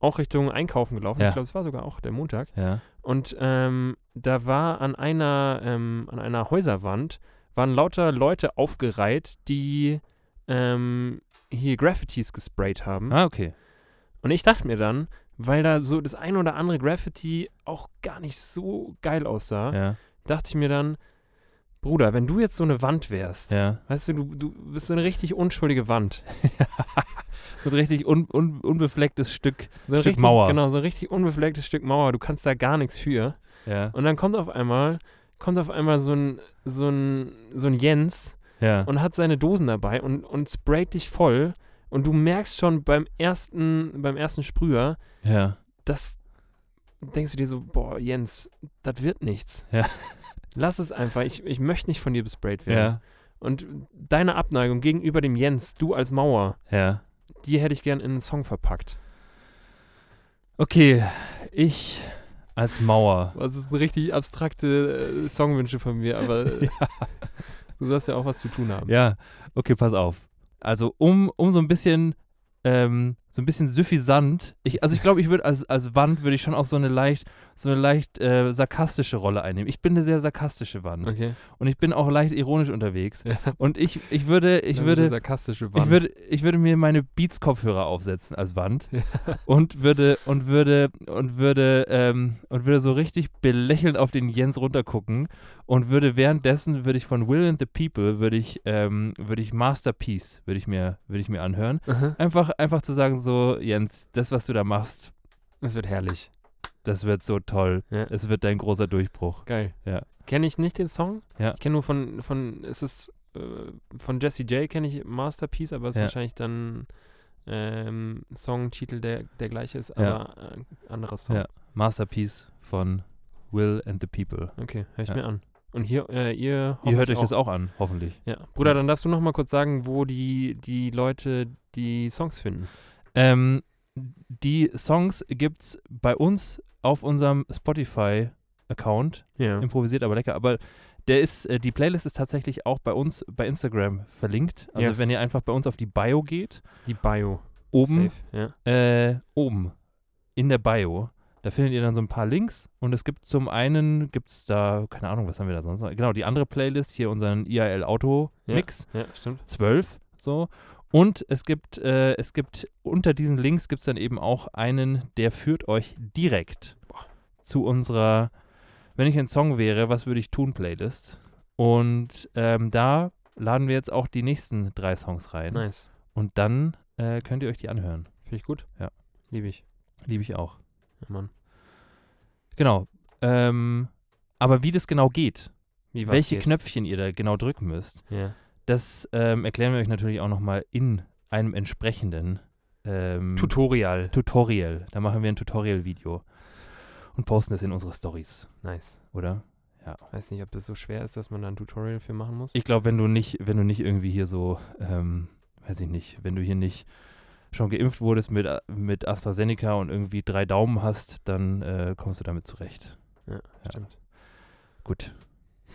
auch Richtung Einkaufen gelaufen.
Ja.
Ich glaube, es war sogar auch der Montag.
Ja.
Und ähm, da war an einer, ähm, an einer Häuserwand, waren lauter Leute aufgereiht, die ähm, hier Graffitis gesprayt haben.
Ah, okay.
Und ich dachte mir dann, weil da so das ein oder andere Graffiti auch gar nicht so geil aussah,
Ja,
dachte ich mir dann, Bruder, wenn du jetzt so eine Wand wärst,
ja.
weißt du, du, du bist so eine richtig unschuldige Wand.
So ein richtig un, un, unbeflecktes Stück.
So ein
Stück
richtig,
Mauer.
Genau, so ein richtig unbeflecktes Stück Mauer. Du kannst da gar nichts für.
Ja.
Und dann kommt auf einmal, kommt auf einmal so ein, so ein, so ein Jens
Ja.
und hat seine Dosen dabei und, und sprayt dich voll. Und du merkst schon beim ersten, beim ersten Sprüher,
ja.
das denkst du dir so, boah, Jens, das wird nichts.
Ja.
Lass es einfach. Ich, ich möchte nicht von dir besprayt werden.
Ja.
Und deine Abneigung gegenüber dem Jens, du als Mauer,
Ja.
die hätte ich gern in einen Song verpackt.
Okay, ich als Mauer.
Das ist eine richtig abstrakte äh, Songwünsche von mir, aber äh, du sollst ja auch was zu tun haben.
Ja. Okay, pass auf. Also um, um so ein bisschen ähm, so ein bisschen suffisant. Ich, also ich glaube, ich würde als, als Wand würde ich schon auch so eine leicht so eine leicht äh, sarkastische Rolle einnehmen. Ich bin eine sehr sarkastische Wand
Okay.
und ich bin auch leicht ironisch unterwegs.
Ja.
Und ich, ich würde ich
Dann
würde
sarkastische Wand.
Ich würde, ich würde mir meine Beats-Kopfhörer aufsetzen als Wand und würde und würde und würde ähm, und würde so richtig belächelnd auf den Jens runtergucken und würde währenddessen würde ich von Will and the People würde ich ähm, würde ich Masterpiece würde ich mir würde ich mir anhören
Aha.
einfach einfach zu sagen so Jens das was du da machst
Das wird herrlich.
das wird so toll.
Ja.
Es wird dein großer Durchbruch.
Geil.
Ja.
Kenne ich nicht den Song.
Ja.
Ich kenne nur von, von, es ist, äh, von Jesse J kenne ich Masterpiece, aber es ist
Ja.
wahrscheinlich dann ähm, Songtitel, der, der gleiche ist,
Ja.
aber äh, anderer Song.
Ja. Masterpiece von Will and the People.
Okay, höre ich
Ja.
mir an. Und hier, äh, ihr,
Ihr hört
hoffentlich
euch das auch an, hoffentlich.
Ja. Bruder, dann darfst du noch mal kurz sagen, wo die, die Leute die Songs finden.
Ähm, die Songs gibt's bei uns auf unserem Spotify-Account.
Ja.
improvisiert, aber lecker. Aber der ist, äh, die Playlist ist tatsächlich auch bei uns bei Instagram verlinkt. Also
Yes.
wenn ihr einfach bei uns auf die Bio geht,
Die Bio.
oben,
Safe. Ja.
äh, oben in der Bio, da findet ihr dann so ein paar Links und es gibt zum einen, gibt es da, keine Ahnung, was haben wir da sonst noch? Genau, die andere Playlist, hier unseren IAL Auto Mix,
ja, stimmt.
12, so. Und es gibt, äh, es gibt unter diesen Links gibt es dann eben auch einen, der führt euch direkt zu unserer, wenn ich ein Song wäre, was würde ich tun, Playlist. Und ähm, da laden wir jetzt auch die nächsten drei Songs rein.
Nice.
Und dann äh, könnt ihr euch die anhören.
Finde ich gut.
Ja.
Liebe ich.
Liebe ich auch.
Ja, Mann.
Genau. Ähm, aber wie das genau geht,
Wie was
welche
geht?
Knöpfchen ihr da genau drücken müsst,
Ja.
das ähm, erklären wir euch natürlich auch nochmal in einem entsprechenden ähm,
Tutorial.
Tutorial. Da machen wir ein Tutorial-Video und posten das in unsere Stories,
Nice.
oder?
Weiß nicht, ob das so schwer ist, dass man da ein Tutorial für machen muss.
Ich glaube, wenn du nicht, wenn du nicht irgendwie hier so, ähm, weiß ich nicht, wenn du hier nicht schon geimpft wurdest mit, A- mit AstraZeneca und irgendwie drei Daumen hast, dann äh, kommst du damit zurecht.
Ja,
Ja.
stimmt.
Gut.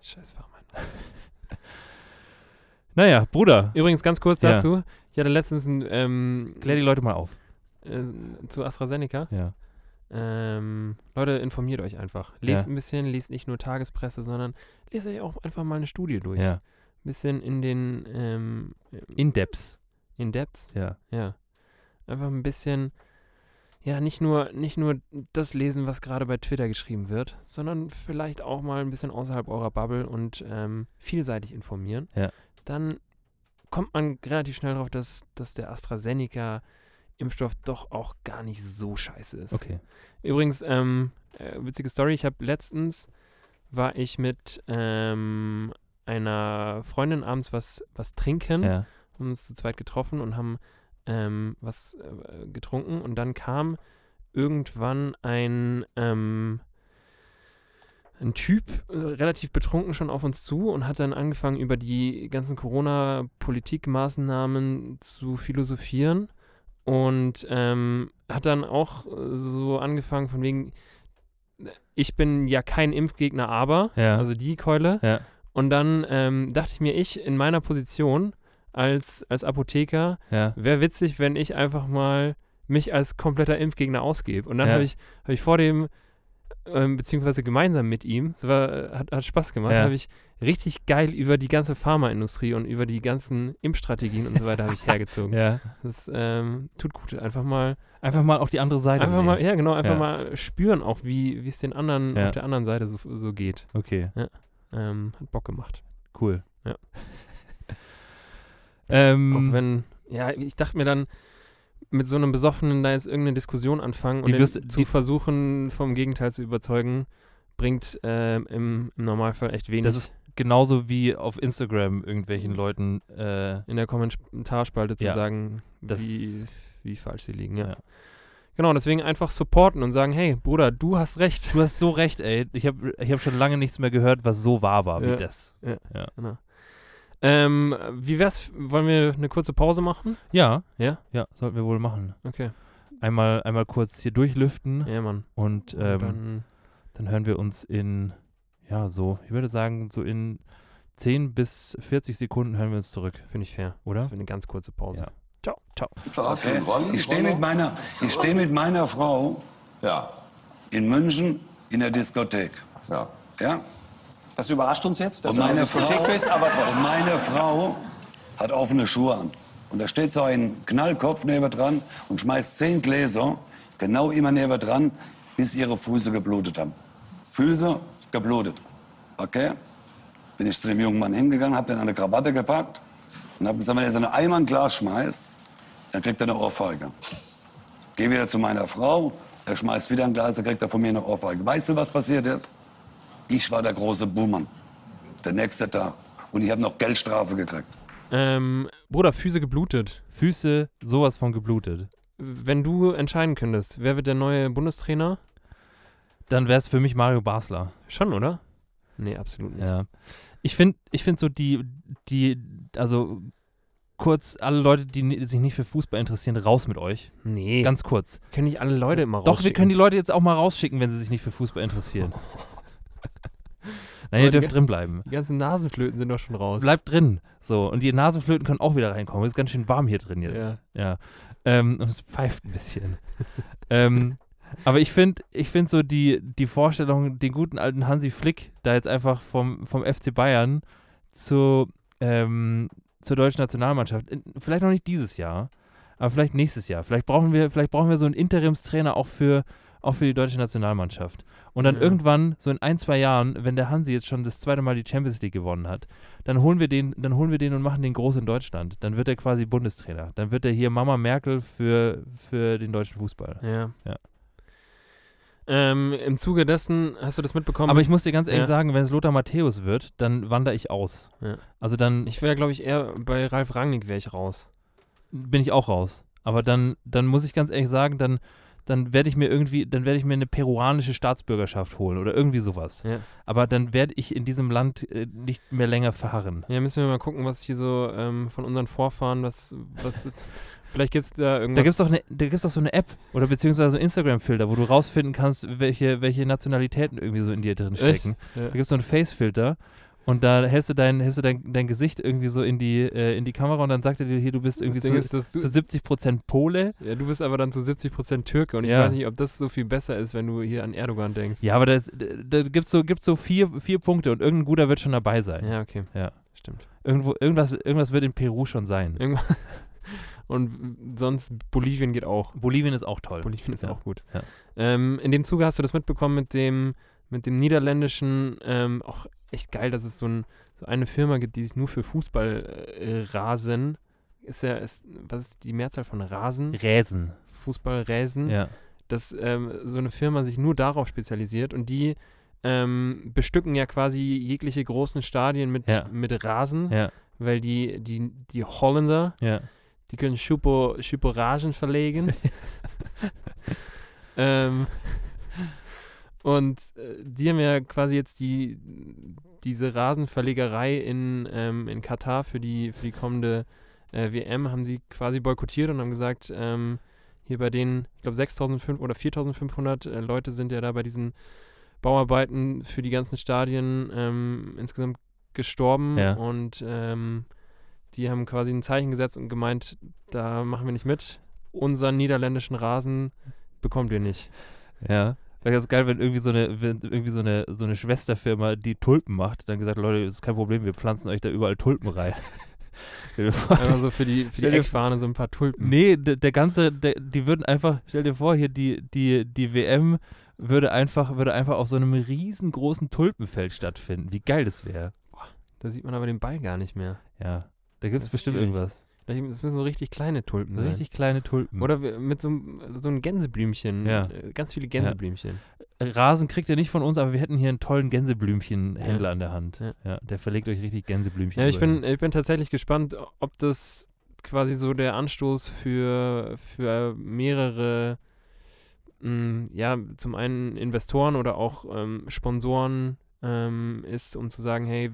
Scheiß Pharma.
Naja, Bruder,
Übrigens ganz kurz
Ja.
dazu. Ich hatte letztens ein, ähm,
klär die Leute mal auf.
äh, zu AstraZeneca.
Ja.
Ähm, Leute, informiert euch einfach. Lest ein bisschen, lest nicht nur Tagespresse, sondern lest euch auch einfach mal eine Studie durch.
ja.
bisschen in den ähm,
In Depths.
in Depths,
Ja.
ja. Einfach ein bisschen, ja, nicht nur, nicht nur das lesen, was gerade bei Twitter geschrieben wird, sondern vielleicht auch mal ein bisschen außerhalb eurer Bubble und ähm, vielseitig informieren.
Ja.
Dann kommt man relativ schnell drauf, dass, dass der AstraZeneca-Impfstoff doch auch gar nicht so scheiße ist.
Okay.
Übrigens, ähm, äh, witzige Story, ich habe letztens, war ich mit ähm, einer Freundin abends was, was trinken,
Ja.
haben uns zu zweit getroffen und haben ähm, was äh, getrunken und dann kam irgendwann ein, ähm, ein Typ äh, relativ betrunken schon auf uns zu und hat dann angefangen über die ganzen Corona-Politikmaßnahmen zu philosophieren und ähm, hat dann auch äh, so angefangen von wegen, äh, ich bin ja kein Impfgegner, aber,
Ja.
also die Keule,
ja.
und dann ähm, dachte ich mir, ich in meiner Position als, als Apotheker
Ja.
wäre witzig, wenn ich einfach mal mich als kompletter Impfgegner ausgebe. Und dann
Ja.
habe ich, hab ich vor dem, ähm, beziehungsweise gemeinsam mit ihm, es war, äh, hat, hat Spaß gemacht,
Ja.
habe ich richtig geil über die ganze Pharmaindustrie und über die ganzen Impfstrategien und so weiter habe ich hergezogen.
Ja.
Das ähm, tut gut. Einfach mal,
Einfach mal auf die andere Seite
einfach
sehen.
mal, ja genau, einfach
Ja.
mal spüren auch, wie wie es den anderen
Ja.
auf der anderen Seite so, so geht.
Okay,
Ähm, hat Bock gemacht.
cool.
Ja.
ähm, Hm.
Auch wenn, ja, ich dachte mir dann, mit so einem Besoffenen da jetzt irgendeine Diskussion anfangen und
Die
den
wirst-
zu
die-
versuchen, vom Gegenteil zu überzeugen, bringt ähm, im, im Normalfall echt wenig.
Das ist genauso wie auf Instagram irgendwelchen Leuten. Äh,
in der Kommentarspalte zu
Ja.
sagen,
Das-
wie, wie falsch sie liegen. Ja.
Ja.
Genau, deswegen einfach supporten und sagen, hey Bruder, du hast recht.
du hast so recht, ey. Ich habe ich hab schon lange nichts mehr gehört, was so wahr war
Ja.
wie das.
Ähm, wie wär's, wollen wir eine kurze Pause machen?
Ja,
Ja?
ja, sollten wir wohl machen.
Okay.
Einmal, einmal kurz hier durchlüften
Ja, Mann.
und ähm, dann.
dann,
hören wir uns in, ja, so, ich würde sagen, so in 10 bis 40 Sekunden hören wir uns zurück,
finde ich fair.
oder?
Das wird eine ganz kurze Pause.
Ja. Ciao. Ciao.
Was,
Äh,
ein Rollen,
Ich stehe mit, meiner- ich steh mit meiner Frau
Ja,
in München in der Diskothek.
ja.
Ja?
Das überrascht uns jetzt, dass
Und
du in
meine,
der Diskothek
Frau, um
bist, aber
und
trotzdem.
meine Frau hat offene Schuhe an. Und da steht so ein Knallkopf neben dran und schmeißt zehn Gläser genau immer neben dran, bis ihre Füße geblutet haben. Füße geblutet. Okay? Bin ich zu dem jungen Mann hingegangen, hab den an eine Krawatte gepackt und hab gesagt, wenn er seine Eimer in ein Glas schmeißt, dann kriegt er eine Ohrfeige. Gehe wieder zu meiner Frau, Er schmeißt wieder ein Glas, er kriegt er von mir eine Ohrfeige. Weißt du, was passiert ist? Ich war der große Buhmann. Der nächste Tag. Und ich habe noch Geldstrafe gekriegt.
Ähm, Bruder, Füße geblutet.
Füße, sowas von geblutet.
Wenn du entscheiden könntest, wer wird der neue Bundestrainer?
Dann wäre es für mich Mario Basler.
Schon, oder? Nee, absolut nicht.
Ja. Ich finde ich find so die, die, also kurz alle Leute, die ni- sich nicht für Fußball interessieren, raus mit euch.
Nee,
Ganz kurz.
können nicht alle Leute immer
Doch, wir können die Leute jetzt auch mal rausschicken, wenn sie sich nicht für Fußball interessieren. Nein, ihr
Aber die-
dürft drin bleiben.
Die ganzen Nasenflöten sind doch schon raus.
Bleibt drin. So, und die Nasenflöten können auch wieder reinkommen. Ist ganz schön warm hier drin jetzt. Ja. Ähm, und es pfeift ein bisschen. ähm, aber ich finde ich find so die, die Vorstellung, den guten alten Hansi Flick, da jetzt einfach vom, vom FC Bayern zu, ähm, zur deutschen Nationalmannschaft, in- vielleicht noch nicht dieses Jahr, aber vielleicht nächstes Jahr. Vielleicht brauchen wir, vielleicht brauchen wir so einen Interimstrainer auch für, auch für die deutsche Nationalmannschaft. Und dann
Ja.
irgendwann, so in ein, zwei Jahren, wenn der Hansi jetzt schon das zweite Mal die Champions League gewonnen hat, dann holen wir den, dann holen wir den und machen den groß in Deutschland. Dann wird er quasi Bundestrainer. Dann wird er hier Mama Merkel für, für den deutschen Fußball.
Ja.
Ja.
Ähm, Im Zuge dessen, hast du das mitbekommen?
Aber ich muss dir ganz ehrlich
Ja.
sagen, wenn es Lothar Matthäus wird, dann wandere ich aus.
Ja.
Also dann
ich wäre, glaube ich, eher bei Ralf Rangnick wäre ich raus.
bin ich auch raus. Aber dann, dann muss ich ganz ehrlich sagen, dann, dann werde ich mir irgendwie, dann werde ich mir eine peruanische Staatsbürgerschaft holen oder irgendwie sowas.
Ja.
Aber dann werde ich in diesem Land äh, nicht mehr länger verharren.
Ja, müssen wir mal gucken, was hier so ähm, von unseren Vorfahren, was, was ist, vielleicht gibt es da irgendwas.
Da gibt es doch, eine- da gibt's doch so eine App oder beziehungsweise so einen Instagram-Filter, wo du rausfinden kannst, welche, welche Nationalitäten irgendwie so in dir drin stecken. Da gibt es so einen Face-Filter und da hältst du, dein, hältst du dein, dein Gesicht irgendwie so in die, äh, in die Kamera und dann sagt er dir, hier, du bist irgendwie
das Ding
zu,
ist, dass
zu
du,
70% Pole.
ja, du bist aber dann zu 70% Türke und ich
Ja.
weiß nicht, ob das so viel besser ist, wenn du hier an Erdogan denkst.
Ja, aber da, ist- da gibt es so, gibt's so vier, vier Punkte und irgendein guter wird schon dabei sein.
Ja, okay.
Ja.
Stimmt.
Irgendwo, irgendwas, irgendwas wird in Peru schon sein.
Irgendwann. Und sonst Bolivien geht auch.
Bolivien ist auch toll.
Bolivien ist
Ja.
auch gut.
Ja.
Ähm, in dem Zuge hast du das mitbekommen mit dem, mit dem niederländischen, ähm, auch echt geil, dass es so, ein, so eine Firma gibt, die sich nur für Fußball äh, rasen. Ist ja, ist, was ist die Mehrzahl von Rasen?
Räsen.
Fußballräsen,
Ja.
dass ähm, so eine Firma sich nur darauf spezialisiert und die ähm, bestücken ja quasi jegliche großen Stadien mit,
Ja.
mit Rasen,
Ja.
weil die, die, die Holländer,
Ja.
die können Schupo, Schuporagen verlegen. ähm, und äh, die haben ja quasi jetzt die, diese Rasenverlegerei in, ähm, in Katar für die, für die kommende äh, WM, haben sie quasi boykottiert und haben gesagt, ähm, hier bei den, ich glaube 6.500 oder 4.500 äh, Leute sind ja da bei diesen Bauarbeiten für die ganzen Stadien ähm, insgesamt gestorben
Ja.
und ähm, die haben quasi ein Zeichen gesetzt und gemeint, da machen wir nicht mit. Unseren niederländischen Rasen bekommt ihr nicht.
Ja. Wäre ganz geil, wenn irgendwie so eine, wenn irgendwie so eine, so eine Schwesterfirma, die Tulpen macht, dann gesagt, Leute, das ist kein Problem, wir pflanzen euch da überall Tulpen rein.
Einfach so für die, für die
Stell dir-
Eckfahne so ein paar Tulpen.
nee, der, der ganze, der, die würden einfach, stell dir vor, hier die, die, die WM würde einfach, würde einfach auf so einem riesengroßen Tulpenfeld stattfinden. Wie geil das wäre.
Da sieht man aber den Ball gar nicht mehr.
Ja. Da gibt es
Das ist
bestimmt
schwierig.
irgendwas.
Das müssen so richtig kleine Tulpen
So
sein.
richtig kleine Tulpen.
Oder wir- mit so, einem- so einem Gänseblümchen.
Ja.
Äh, Ganz viele Gänseblümchen.
Rasen kriegt ihr nicht von uns, aber wir hätten hier einen tollen Gänseblümchen-Händler an der Hand. Ja.
Ja.
der verlegt euch richtig Gänseblümchen.
Ja, ich
über
bin,
den-
ich bin tatsächlich gespannt, ob das quasi so der Anstoß für, für mehrere, mm, ja, zum einen Investoren oder auch ähm, Sponsoren ähm, ist, um zu sagen, hey,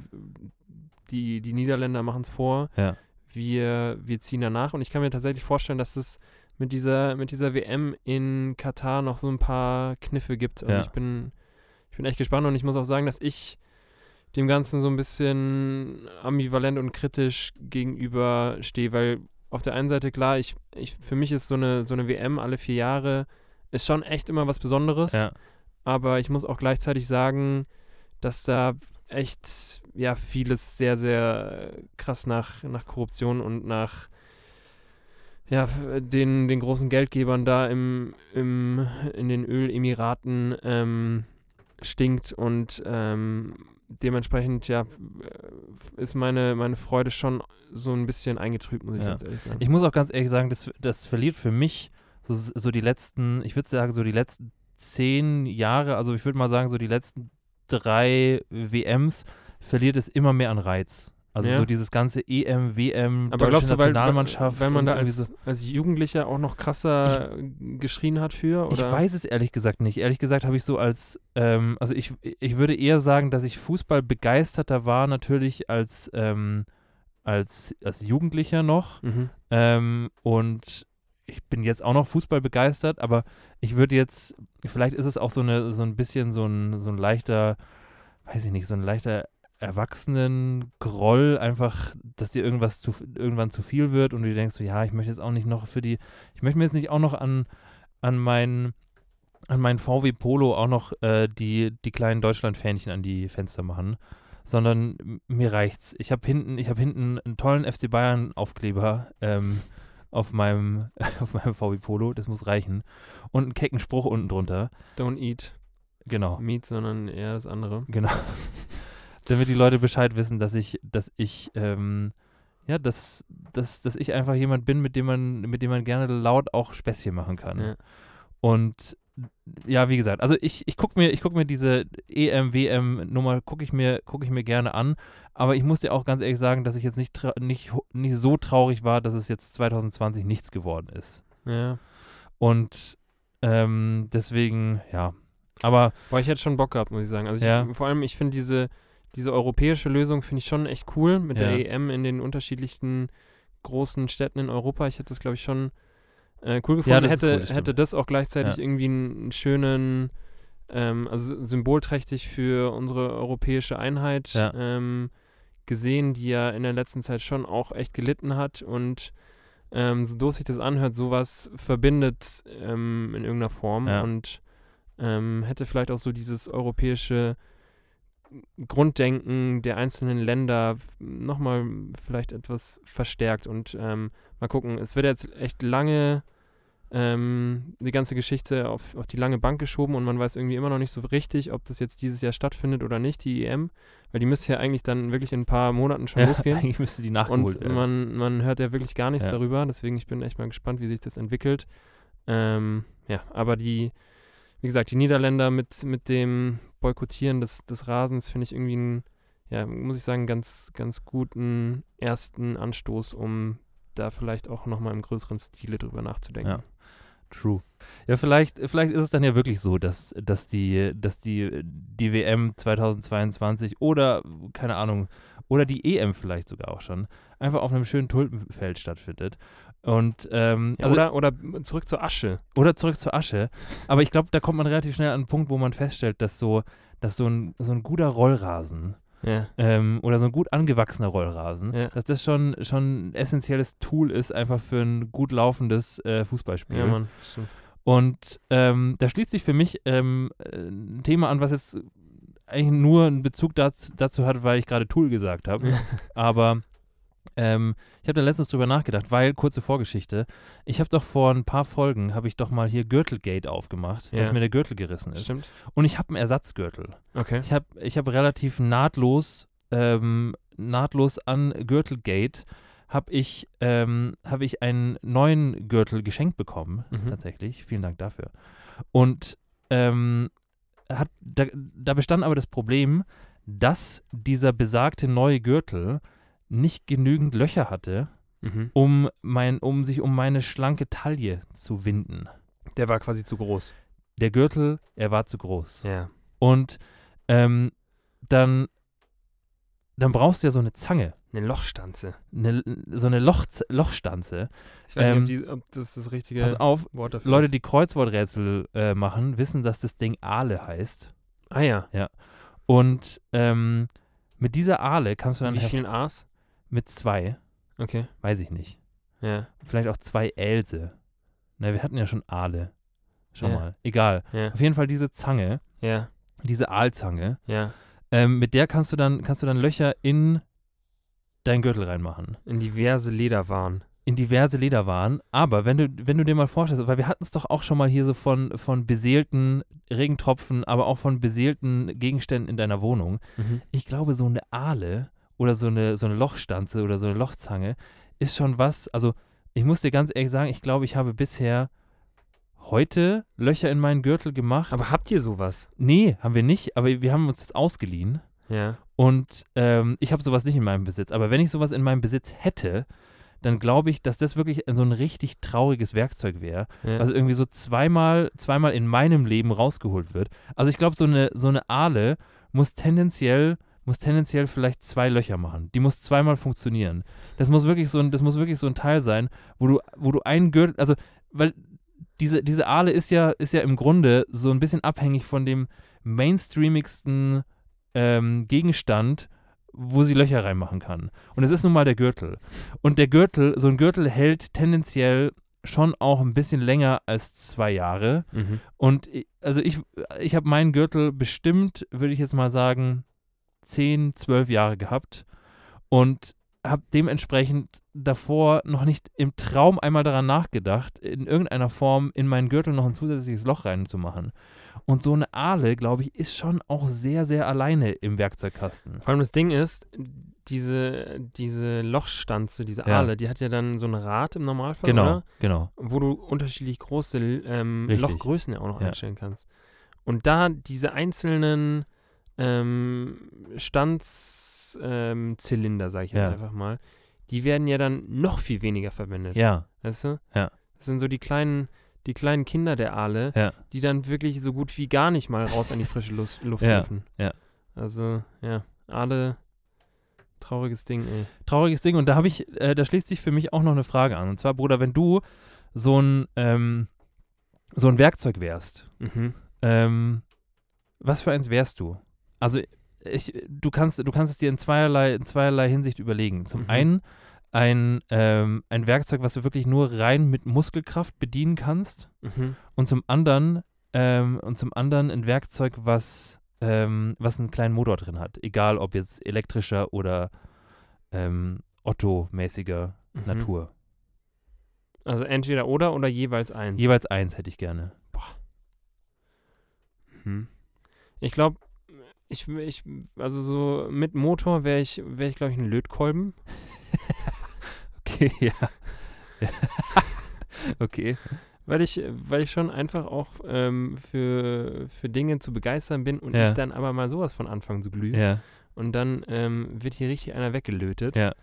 die, die Niederländer machen es vor,
Ja.
wir, wir ziehen danach. Und ich kann mir tatsächlich vorstellen, dass es mit dieser, mit dieser WM in Katar noch so ein paar Kniffe gibt. Also
Ja.
ich bin, ich bin echt gespannt und ich muss auch sagen, dass ich dem Ganzen so ein bisschen ambivalent und kritisch gegenüber stehe, weil auf der einen Seite klar, ich, ich für mich ist so eine so eine WM alle vier Jahre ist schon echt immer was Besonderes,
Ja.
aber ich muss auch gleichzeitig sagen, dass da echt ja vieles sehr sehr äh, krass nach nach Korruption und nach ja, f- den, den großen Geldgebern da im, im, in den Ölemiraten ähm, stinkt und ähm, dementsprechend ja äh, ist meine, meine Freude schon so ein bisschen eingetrübt, muss ich
Ja.
ganz ehrlich sagen.
Ich muss auch ganz ehrlich sagen, das, das verliert für mich so, so die letzten, ich würde sagen, so die letzten zehn Jahre, also ich würde mal sagen, so die letzten drei WMs verliert es immer mehr an Reiz. Also
Ja.
so dieses ganze EM, WM,
Aber glaubst
deutsche
du, weil,
Nationalmannschaft.
weil man
und
da
irgendwie so-
als, als Jugendlicher auch noch krasser geschrien hat für? Oder?
Ich weiß es ehrlich gesagt nicht. Ehrlich gesagt habe ich so als, ähm, also ich, ich würde eher sagen, dass ich Fußball begeisterter war natürlich als, ähm, als, als Jugendlicher noch.
Mhm.
Ähm, und ich bin jetzt auch noch Fußball begeistert, aber ich würde jetzt, vielleicht ist es auch so, eine, so ein bisschen so ein, so ein leichter, weiß ich nicht, so ein leichter Erwachsenen-Groll, einfach, dass dir irgendwas zu, irgendwann zu viel wird und du dir denkst, so, ja, ich möchte jetzt auch nicht noch für die, ich möchte mir jetzt nicht auch noch an, an meinen an meinen VW Polo auch noch äh, die, die kleinen Deutschland-Fähnchen an die Fenster machen sondern m- mir reicht's. Ich habe hinten, ich habe hinten einen tollen FC Bayern Aufkleber ähm, auf meinem auf meinem VW Polo. Das muss reichen. Und einen kecken Spruch unten drunter.
Don't eat
Genau,
meat, sondern eher das andere.
genau. Damit die Leute Bescheid wissen, dass ich, dass ich, ähm, ja, dass, dass, dass ich einfach jemand bin, mit dem man, mit dem man gerne laut auch Späßchen machen kann.
Ja.
Und ja, wie gesagt, also ich, ich gucke mir, ich guck mir diese E EM, WM-Nummer, gucke ich, mir- guck ich mir gerne an. Aber ich muss dir auch ganz ehrlich sagen, dass ich jetzt nicht, tra- nicht, ho- nicht so traurig war, dass es jetzt 2020 nichts geworden ist.
Ja.
Und ähm, deswegen, ja. Aber
Boah, ich hätte schon Bock gehabt, muss ich sagen. Also ich,
Ja.
vor allem, ich finde diese, diese europäische Lösung finde ich schon echt cool mit
Ja.
der EM in den unterschiedlichen großen Städten in Europa. Ich hätte das, glaube ich, schon äh, cool gefunden.
das ist
hätte,
cool, das
hätte
stimmt.
das auch gleichzeitig
Ja.
irgendwie einen schönen, ähm, also symbolträchtig für unsere europäische Einheit
Ja.
ähm, gesehen, die ja in der letzten Zeit schon auch echt gelitten hat und ähm, so doof sich das anhört, sowas verbindet ähm, in irgendeiner Form
Ja.
und ähm, hätte vielleicht auch so dieses europäische Grunddenken der einzelnen Länder nochmal vielleicht etwas verstärkt und ähm, mal gucken. Es wird jetzt echt lange ähm, die ganze Geschichte auf, auf die lange Bank geschoben und man weiß irgendwie immer noch nicht so richtig, ob das jetzt dieses Jahr stattfindet oder nicht, die EM, weil die müsste ja eigentlich dann wirklich in ein paar Monaten schon
ja,
losgehen.
eigentlich müsste die nachgeholt
Und
werden.
man, man hört ja wirklich gar nichts
Ja.
darüber, deswegen ich bin echt mal gespannt, wie sich das entwickelt. Ähm, ja, aber die, wie gesagt, die Niederländer mit, mit dem Boykottieren des, des Rasens finde ich irgendwie einen, ja, muss ich sagen, ganz, ganz guten ersten Anstoß, um da vielleicht auch nochmal im größeren Stile drüber nachzudenken.
Ja. True. Ja, vielleicht, vielleicht ist es dann ja wirklich so, dass, dass, die, dass die, äh, die WM 2022 oder, keine Ahnung, oder die EM vielleicht sogar auch schon, einfach auf einem schönen Tulpenfeld stattfindet. Und ähm,
Ja,
also,
oder, oder zurück zur Asche.
oder zurück zur Asche. Aber ich glaube, da kommt man relativ schnell an einen Punkt, wo man feststellt, dass so, dass so ein, so ein guter Rollrasen
Ja.
ähm, oder so ein gut angewachsener Rollrasen,
Ja.
dass das schon, schon ein essentielles Tool ist, einfach für ein gut laufendes äh, Fußballspiel.
Ja, Mann. Stimmt.
Und ähm, da schließt sich für mich ähm, äh, ein Thema an, was jetzt eigentlich nur einen Bezug dazu, dazu hat, weil ich gerade Tool gesagt habe. Aber ähm, ich habe da letztens drüber nachgedacht, weil, kurze Vorgeschichte, ich habe doch vor ein paar Folgen, habe ich doch mal hier Gürtelgate aufgemacht, dass
Ja.
mir der Gürtel gerissen ist.
Stimmt.
Und ich habe einen Ersatzgürtel.
Okay.
Ich habe ich hab relativ nahtlos, ähm, nahtlos an Gürtelgate habe ich, ähm, hab ich einen neuen Gürtel geschenkt bekommen,
Mhm.
tatsächlich. Vielen Dank dafür. Und ähm, hat, da, da bestand aber das Problem, dass dieser besagte neue Gürtel nicht genügend Löcher hatte,
Mhm.
um, mein, um sich um meine schlanke Taille zu winden.
Der war quasi zu groß.
Der Gürtel, er war zu groß.
Ja.
Und ähm, dann, dann brauchst du ja so eine Zange,
Eine Lochstanze.
eine, so eine Loch, Lochstanze.
Ich weiß
Ähm,
nicht, ob, die, ob das das richtige
Pass auf,
Wort dafür
Leute,
ist.
die Kreuzworträtsel äh, machen, wissen, dass das Ding Aale heißt.
Ah ja.
Und ähm, mit dieser Aale kannst du dann
Wie
her-
vielen A's?
mit zwei,
Okay.
weiß ich nicht,
Ja.
vielleicht auch zwei Else. Na, wir hatten ja schon Aale. Schau
Ja.
mal, egal.
Ja.
Auf jeden Fall diese Zange,
Ja.
diese Aalzange,
Ja.
ähm, mit der kannst du dann kannst du dann Löcher in deinen Gürtel reinmachen.
In diverse Lederwaren.
in diverse Lederwaren. Aber wenn du, wenn du dir mal vorstellst, weil wir hatten es doch auch schon mal hier so von, von beseelten Regentropfen, aber auch von beseelten Gegenständen in deiner Wohnung.
Mhm.
Ich glaube, so eine Aale oder so eine, so eine Lochstanze oder so eine Lochzange ist schon was. Also, ich muss dir ganz ehrlich sagen, ich glaube, ich habe bisher heute Löcher in meinen Gürtel gemacht.
Aber habt ihr sowas?
Nee, haben wir nicht, aber wir haben uns das ausgeliehen.
Ja.
Und ähm, ich habe sowas nicht in meinem Besitz. Aber wenn ich sowas in meinem Besitz hätte, dann glaube ich, dass das wirklich so ein richtig trauriges Werkzeug wäre,
ja.
was irgendwie so zweimal, zweimal in meinem Leben rausgeholt wird. Also ich glaube, so eine, so eine Aale muss tendenziell muss tendenziell vielleicht zwei Löcher machen. Die muss zweimal funktionieren. Das muss wirklich so ein, das muss wirklich so ein Teil sein, wo du, wo du einen Gürtel, also, weil diese, diese Aale ist ja, ist ja im Grunde so ein bisschen abhängig von dem mainstreamigsten ähm, Gegenstand, wo sie Löcher reinmachen kann. Und es ist nun mal der Gürtel. Und der Gürtel, so ein Gürtel hält tendenziell schon auch ein bisschen länger als zwei Jahre.
Mhm.
Und i- also ich, ich habe meinen Gürtel bestimmt, würde ich jetzt mal sagen, 10, 12 Jahre gehabt und habe dementsprechend davor noch nicht im Traum einmal daran nachgedacht, in irgendeiner Form in meinen Gürtel noch ein zusätzliches Loch reinzumachen. Und so eine Aale, glaube ich, ist schon auch sehr, sehr alleine im Werkzeugkasten.
Vor allem das Ding ist, diese, diese Lochstanze, diese
Ja.
Aale, die hat ja dann so ein Rad im Normalfall,
Genau,
oder?
genau.
Wo du unterschiedlich große ähm,
Richtig.
Lochgrößen ja auch noch
Ja.
einstellen kannst. Und da diese einzelnen ähm, Stanzzylinder, ähm, Zylinder, sag ich jetzt
Ja.
einfach mal, die werden ja dann noch viel weniger verwendet.
Ja,
Weißt du?
Ja.
Das sind so die kleinen, die kleinen Kinder der Aale,
Ja.
die dann wirklich so gut wie gar nicht mal raus an die frische Luft, Luft
Ja,
dürfen.
ja.
Also, ja, Aale, trauriges Ding, ey.
trauriges Ding. Und da habe ich, äh, da schließt sich für mich auch noch eine Frage an. Und zwar, Bruder, wenn du so ein, ähm, so ein Werkzeug wärst,
Mhm.
Ähm, was für eins wärst du? Also, ich, du, kannst, du kannst es dir in zweierlei, in zweierlei Hinsicht überlegen. Zum
Mhm.
einen ein, ähm, ein Werkzeug, was du wirklich nur rein mit Muskelkraft bedienen kannst.
Mhm.
Und zum anderen, ähm, und zum anderen ein Werkzeug, was, ähm, was einen kleinen Motor drin hat. Egal ob jetzt elektrischer oder ähm, Otto-mäßiger
Mhm.
Natur.
Also entweder oder oder jeweils eins.
Jeweils eins hätte ich gerne.
Mhm. Ich glaube, ich, ich, also so mit Motor wäre ich, wäre ich glaube ich, ein Lötkolben.
Okay, ja. okay.
Weil ich, weil ich schon einfach auch ähm, für, für Dinge zu begeistern bin und
Ja.
ich dann aber mal sowas von anfangen zu glühen.
Ja.
Und dann ähm, wird hier richtig einer weggelötet.
Ja.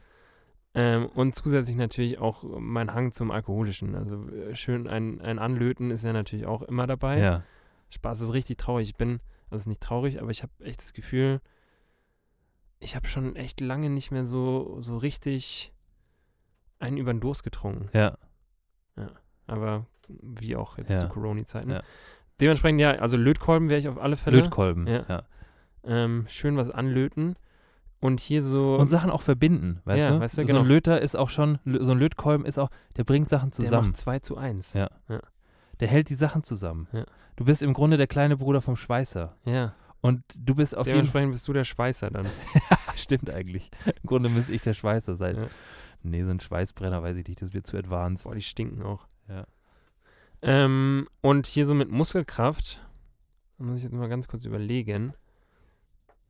Ähm, und zusätzlich natürlich auch mein Hang zum Alkoholischen. Also äh, schön ein, ein Anlöten ist ja natürlich auch immer dabei.
Ja.
Spaß ist richtig traurig. Ich bin, also es ist nicht traurig, aber ich habe echt das Gefühl, ich habe schon echt lange nicht mehr so, so richtig einen über den Durst getrunken.
Ja.
Aber wie auch jetzt
Ja.
zu Corona-Zeiten.
Ja.
Dementsprechend ja, also Lötkolben wäre ich auf alle Fälle.
Lötkolben.
Ja. Ähm, schön was anlöten. Und hier so.
Und Sachen auch verbinden, weißt
Ja,
du?
weißt du,
So
genau.
ein Löter ist auch schon, so ein Lötkolben ist auch, der bringt Sachen
Der
zusammen.
macht 2 zu 1.
Ja. Der, hält die Sachen zusammen.
Ja.
Du bist im Grunde der kleine Bruder vom Schweißer.
Ja.
Und du bist auf jeden Fall.
Dementsprechend bist du der Schweißer dann.
Stimmt eigentlich. Im Grunde müsste ich der Schweißer sein.
Ja.
Nee, so ein Schweißbrenner weiß ich nicht, das wird zu advanced.
Boah, die stinken auch.
Ja.
Ähm, und hier so mit Muskelkraft, da muss ich jetzt mal ganz kurz überlegen.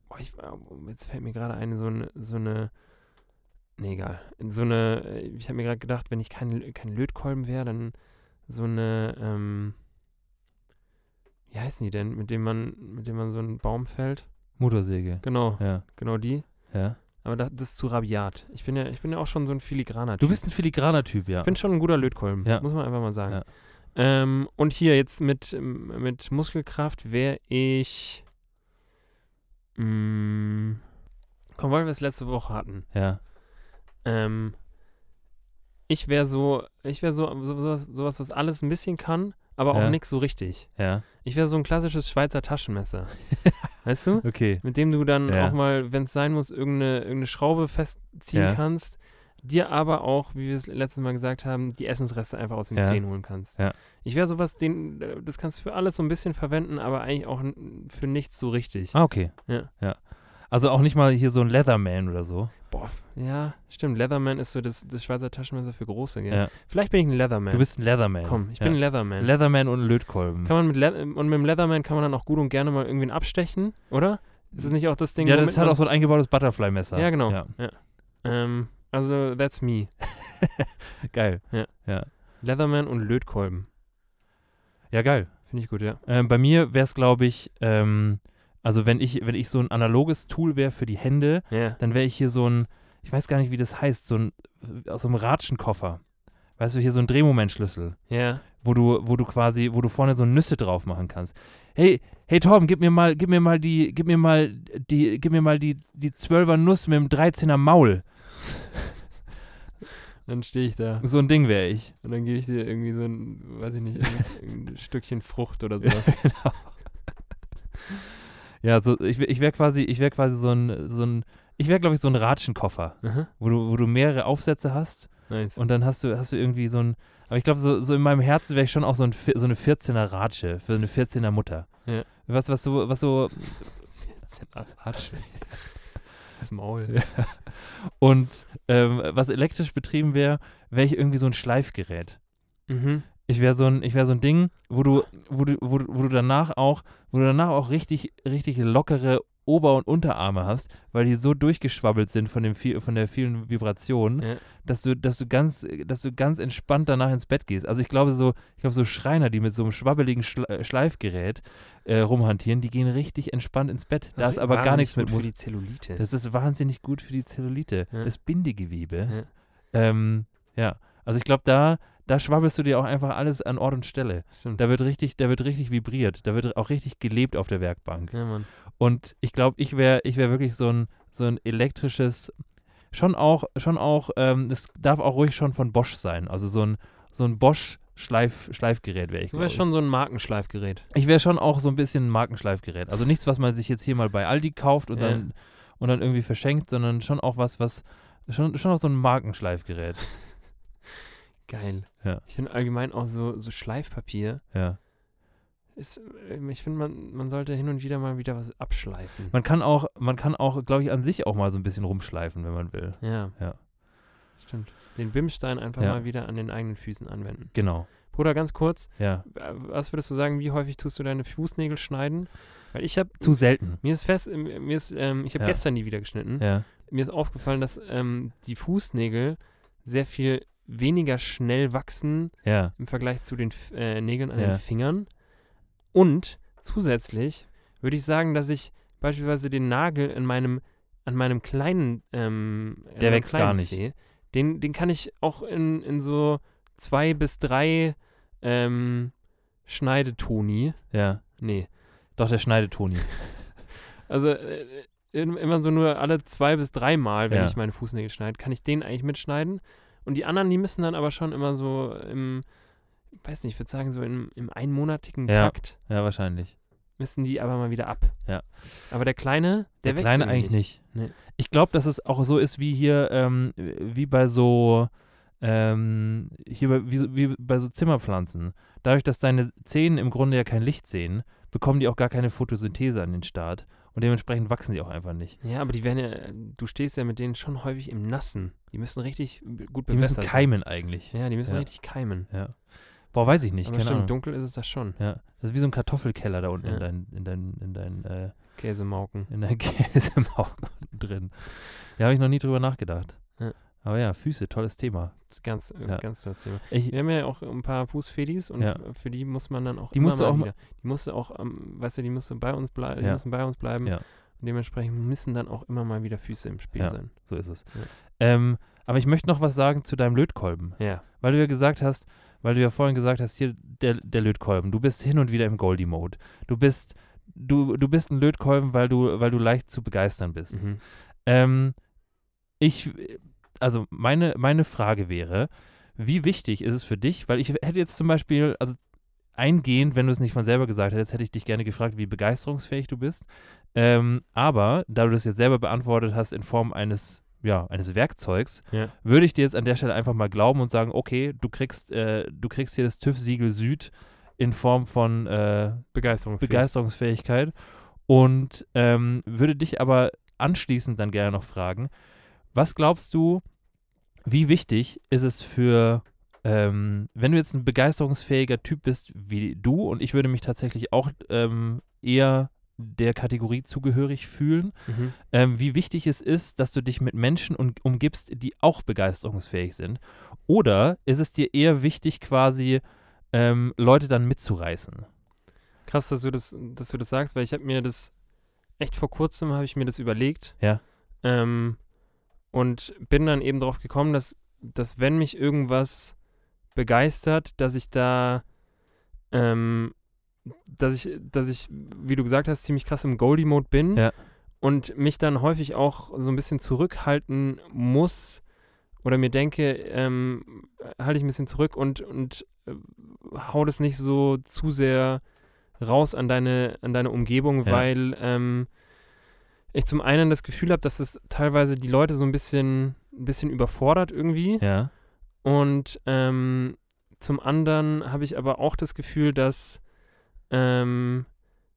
Boah, ich, ah, jetzt fällt mir gerade eine so eine, so eine, nee, egal. So eine, äh, ich habe mir gerade gedacht, wenn ich kein, kein Lötkolben wäre, dann so eine, ähm, wie heißen die denn, mit dem man, mit dem man so einen Baum fällt?
Motorsäge.
Genau,
Ja.
genau die.
ja.
Aber das, das ist zu rabiat. Ich bin ja, ich bin ja auch schon so ein filigraner
Du
Typ.
bist ein filigraner Typ, ja.
Ich bin schon ein guter Lötkolben,
Ja.
muss man einfach mal sagen.
Ja.
Ähm, und hier jetzt mit, ähm, mit Muskelkraft wäre ich. Mm, komm, weil wir es letzte Woche hatten.
ja.
Ähm, ich wäre so, ich wäre so, so, sowas, sowas, was alles ein bisschen kann, aber auch
Ja.
nix so richtig.
Ja.
Ich wäre so ein klassisches Schweizer Taschenmesser. weißt du?
Okay.
Mit dem du dann
Ja.
auch mal, wenn es sein muss, irgendeine, irgendeine Schraube festziehen
Ja.
kannst, dir aber auch, wie wir es letztes Mal gesagt haben, die Essensreste einfach aus den
Ja.
Zähnen holen kannst.
Ja.
Ich wäre sowas, den, äh, das kannst du für alles so ein bisschen verwenden, aber eigentlich auch n- für nichts so richtig.
Ah, okay.
Ja.
ja. Also auch nicht mal hier so ein Leatherman oder so.
Boah, f- ja, stimmt. Leatherman ist so das, das Schweizer Taschenmesser für Große, gell?
Ja.
Vielleicht bin ich ein Leatherman.
Du bist ein Leatherman.
Komm, ich
ja.
bin ein Leatherman.
Leatherman und ein Lötkolben.
kann man mit Le und mit dem Leatherman kann man dann auch gut und gerne mal irgendwen abstechen, oder? Ist es nicht auch das Ding,
ja,
womit
das hat
man-
auch so ein eingebautes Butterfly-Messer.
Ja, genau.
Ja.
ähm, also, that's me.
Geil.
Leatherman und Lötkolben.
Ja, geil.
Finde ich gut, ja.
Ähm, bei mir wäre es, glaube ich, ähm, also wenn ich, wenn ich so ein analoges Tool wäre für die Hände,
Ja.
dann wäre ich hier so ein, ich weiß gar nicht, wie das heißt, so ein, aus so einem Ratschenkoffer. Weißt du, hier so ein Drehmomentschlüssel,
Ja.
wo du, wo du quasi, wo du vorne so Nüsse drauf machen kannst. Hey, hey Torben, gib mir mal, gib mir mal die, gib mir mal die, gib mir mal die, die 12er Nuss mit dem 13er Maul.
Dann stehe ich da
So ein Ding wäre ich.
und dann gebe ich dir irgendwie so ein, weiß ich nicht, ein, ein Stückchen Frucht oder sowas.
Ja, so, ich, wär- ich wäre quasi, ich wäre quasi so ein, so ein, ich wäre, glaube ich, so ein Ratschenkoffer,
Aha.
wo du, wo du mehrere Aufsätze hast
Nice.
Und dann hast du, hast du irgendwie so ein. Aber ich glaube, so, so in meinem Herzen wäre ich schon auch so, ein, Vi- so eine 14er Ratsche für eine 14er Mutter.
Ja.
Was, was so, was so.
Arsch. Das Maul.
Und ähm, was elektrisch betrieben wäre, wäre ich irgendwie so ein Schleifgerät.
Mhm.
Ich wäre so ein, ich wäre so ein Ding, wo du, wo du, wo du, wo du danach auch, wo du danach auch richtig, richtig lockere Ober- und Unterarme hast, weil die so durchgeschwabbelt sind von dem viel, von der vielen Vibration,
Ja.
dass du, dass du ganz, dass du ganz entspannt danach ins Bett gehst. Also ich glaube so, ich glaube so Schreiner, die mit so einem schwabbeligen Schle äh, Schleifgerät äh, rumhantieren, die gehen richtig entspannt ins Bett. Da ist aber gar nichts
Wahnsinnig
mit
gut für
Muskeln.
die Zellulite.
Das ist wahnsinnig gut für die Zellulite,
Ja.
das Bindegewebe. Ja. Ähm, ja, also ich glaube, da, da schwabbelst du dir auch einfach alles an Ort und Stelle.
Stimmt.
Da wird richtig, da wird richtig vibriert, da wird auch richtig gelebt auf der Werkbank.
ja, Mann.
Und ich glaube, ich wäre, ich wäre wirklich so ein, so ein elektrisches, schon auch, schon auch, ähm, das darf auch ruhig schon von Bosch sein. Also so ein, so ein Bosch Schleif, Schleifgerät wäre ich.
Du
glaub
wärst
ich.
schon so ein Markenschleifgerät.
Ich wäre schon auch so ein bisschen ein Markenschleifgerät. Also nichts, was man sich jetzt hier mal bei Aldi kauft und,
Ja.
dann, und dann irgendwie verschenkt, sondern schon auch was, was. Schon, schon auch so ein Markenschleifgerät.
Geil.
Ja.
Ich finde allgemein auch so, so Schleifpapier.
Ja.
Ist, ähm, ich finde, man, man sollte hin und wieder mal wieder was abschleifen.
Man kann auch, man kann auch, glaube ich, an sich auch mal so ein bisschen rumschleifen, wenn man will.
ja.
Ja.
Stimmt. Den Bimstein einfach
Ja.
mal wieder an den eigenen Füßen anwenden.
Genau.
Bruder, ganz kurz,
Ja.
äh, was würdest du sagen, wie häufig tust du deine Fußnägel schneiden? Weil ich habe
Zu selten.
mir ist fest, mir ist, ähm, ich habe
Ja.
gestern die wieder geschnitten.
Ja.
Mir ist aufgefallen, dass ähm, die Fußnägel sehr viel weniger schnell wachsen
Ja.
im Vergleich zu den F äh, Nägeln an
Ja.
den Fingern. Und zusätzlich würde ich sagen, dass ich beispielsweise den Nagel in meinem, an meinem kleinen, ähm, an
Der
meinem
wächst
kleinen
gar nicht.
Zeh, den, den kann ich auch in, in so zwei bis drei ähm, Schneidetoni.
Ja.
Nee.
Doch, der Schneidetoni.
Also äh, im- immer so nur alle zwei bis dreimal, wenn
Ja.
ich meine Fußnägel schneide, kann ich den eigentlich mitschneiden. Und die anderen, die müssen dann aber schon immer so im, weiß nicht, ich würde sagen, so im, im einmonatigen
Ja.
Takt
Ja, wahrscheinlich.
müssen die aber mal wieder ab.
Ja.
Aber der Kleine, der,
Der, Kleine
wächst
eigentlich
irgendwie
nicht.
Nee.
Ich glaube, dass es auch so ist wie hier, ähm, wie bei so, ähm, hier bei, wie, so- wie bei so Zimmerpflanzen. Dadurch, dass deine Zehen im Grunde ja kein Licht sehen, bekommen die auch gar keine Photosynthese an den Start. Und dementsprechend wachsen die auch einfach nicht.
Ja, aber die werden ja, du stehst ja mit denen schon häufig im Nassen. Die müssen richtig b- gut
Die müssen
bewässert
keimen eigentlich.
sein. Ja, die müssen
Ja.
richtig keimen.
Boah, weiß ich nicht,
aber
keine
stimmt,
Ahnung.
dunkel ist es das schon.
Ja, das ist wie so ein Kartoffelkeller da unten
Ja.
in deinen, in deinen, in deinen, äh,
Käsemauken.
in deinen Käsemaugen unten drin. Ja, habe ich noch nie drüber nachgedacht.
Ja.
Aber ja, Füße, tolles Thema.
Das ist ganz, äh,
Ja.
ganz tolles Thema.
Ich,
Wir haben ja auch ein paar Fußfedis und
Ja.
für die muss man dann auch
Die
immer
musst du
mal
auch ma-
wieder. Die musst du auch, ähm, weißt du, die musst du bei uns bleiben, die
Ja.
müssen bei uns bleiben.
Ja.
Und dementsprechend müssen dann auch immer mal wieder Füße im Spiel
Ja.
sein.
So ist es.
Ja.
Ähm, aber ich möchte noch was sagen zu deinem Lötkolben,
Ja.
weil du ja gesagt hast, weil du ja vorhin gesagt hast, hier der, der Lötkolben, du bist hin und wieder im Goldie-Mode. Du bist, du, du bist ein Lötkolben, weil du, weil du leicht zu begeistern bist.
Mhm.
Ähm, ich, also meine, meine Frage wäre, wie wichtig ist es für dich, weil ich hätte jetzt zum Beispiel, also eingehend, wenn du es nicht von selber gesagt hättest, hätte ich dich gerne gefragt, wie begeisterungsfähig du bist. Ähm, aber da du das jetzt selber beantwortet hast in Form eines, ja, eines Werkzeugs,
Ja.
würde ich dir jetzt an der Stelle einfach mal glauben und sagen, okay, du kriegst, äh, du kriegst hier das TÜV-Siegel Süd in Form von äh,
Begeisterungsfähig.
Begeisterungsfähigkeit und ähm, würde dich aber anschließend dann gerne noch fragen, was glaubst du, wie wichtig ist es für, ähm, wenn du jetzt ein begeisterungsfähiger Typ bist wie du und ich würde mich tatsächlich auch ähm, eher der Kategorie zugehörig fühlen,
mhm.
ähm, wie wichtig es ist, dass du dich mit Menschen um, un- umgibst, die auch begeisterungsfähig sind. Oder ist es dir eher wichtig, quasi ähm, Leute dann mitzureißen.
Krass, dass du das, dass du das sagst, weil ich habe mir das echt vor kurzem habe ich mir das überlegt.
Ja.
Ähm, und bin dann eben drauf gekommen, dass, dass wenn mich irgendwas begeistert, dass ich da, ähm, dass ich, dass ich, wie du gesagt hast, ziemlich krass im Goldie-Mode bin
Ja.
und mich dann häufig auch so ein bisschen zurückhalten muss oder mir denke, ähm, halte ich ein bisschen zurück und, und äh, hau das nicht so zu sehr raus an deine, an deine Umgebung,
Ja.
weil ähm, ich zum einen das Gefühl habe, dass es teilweise die Leute so ein bisschen, ein bisschen überfordert irgendwie.
Ja.
Und ähm, zum anderen habe ich aber auch das Gefühl, dass, ähm,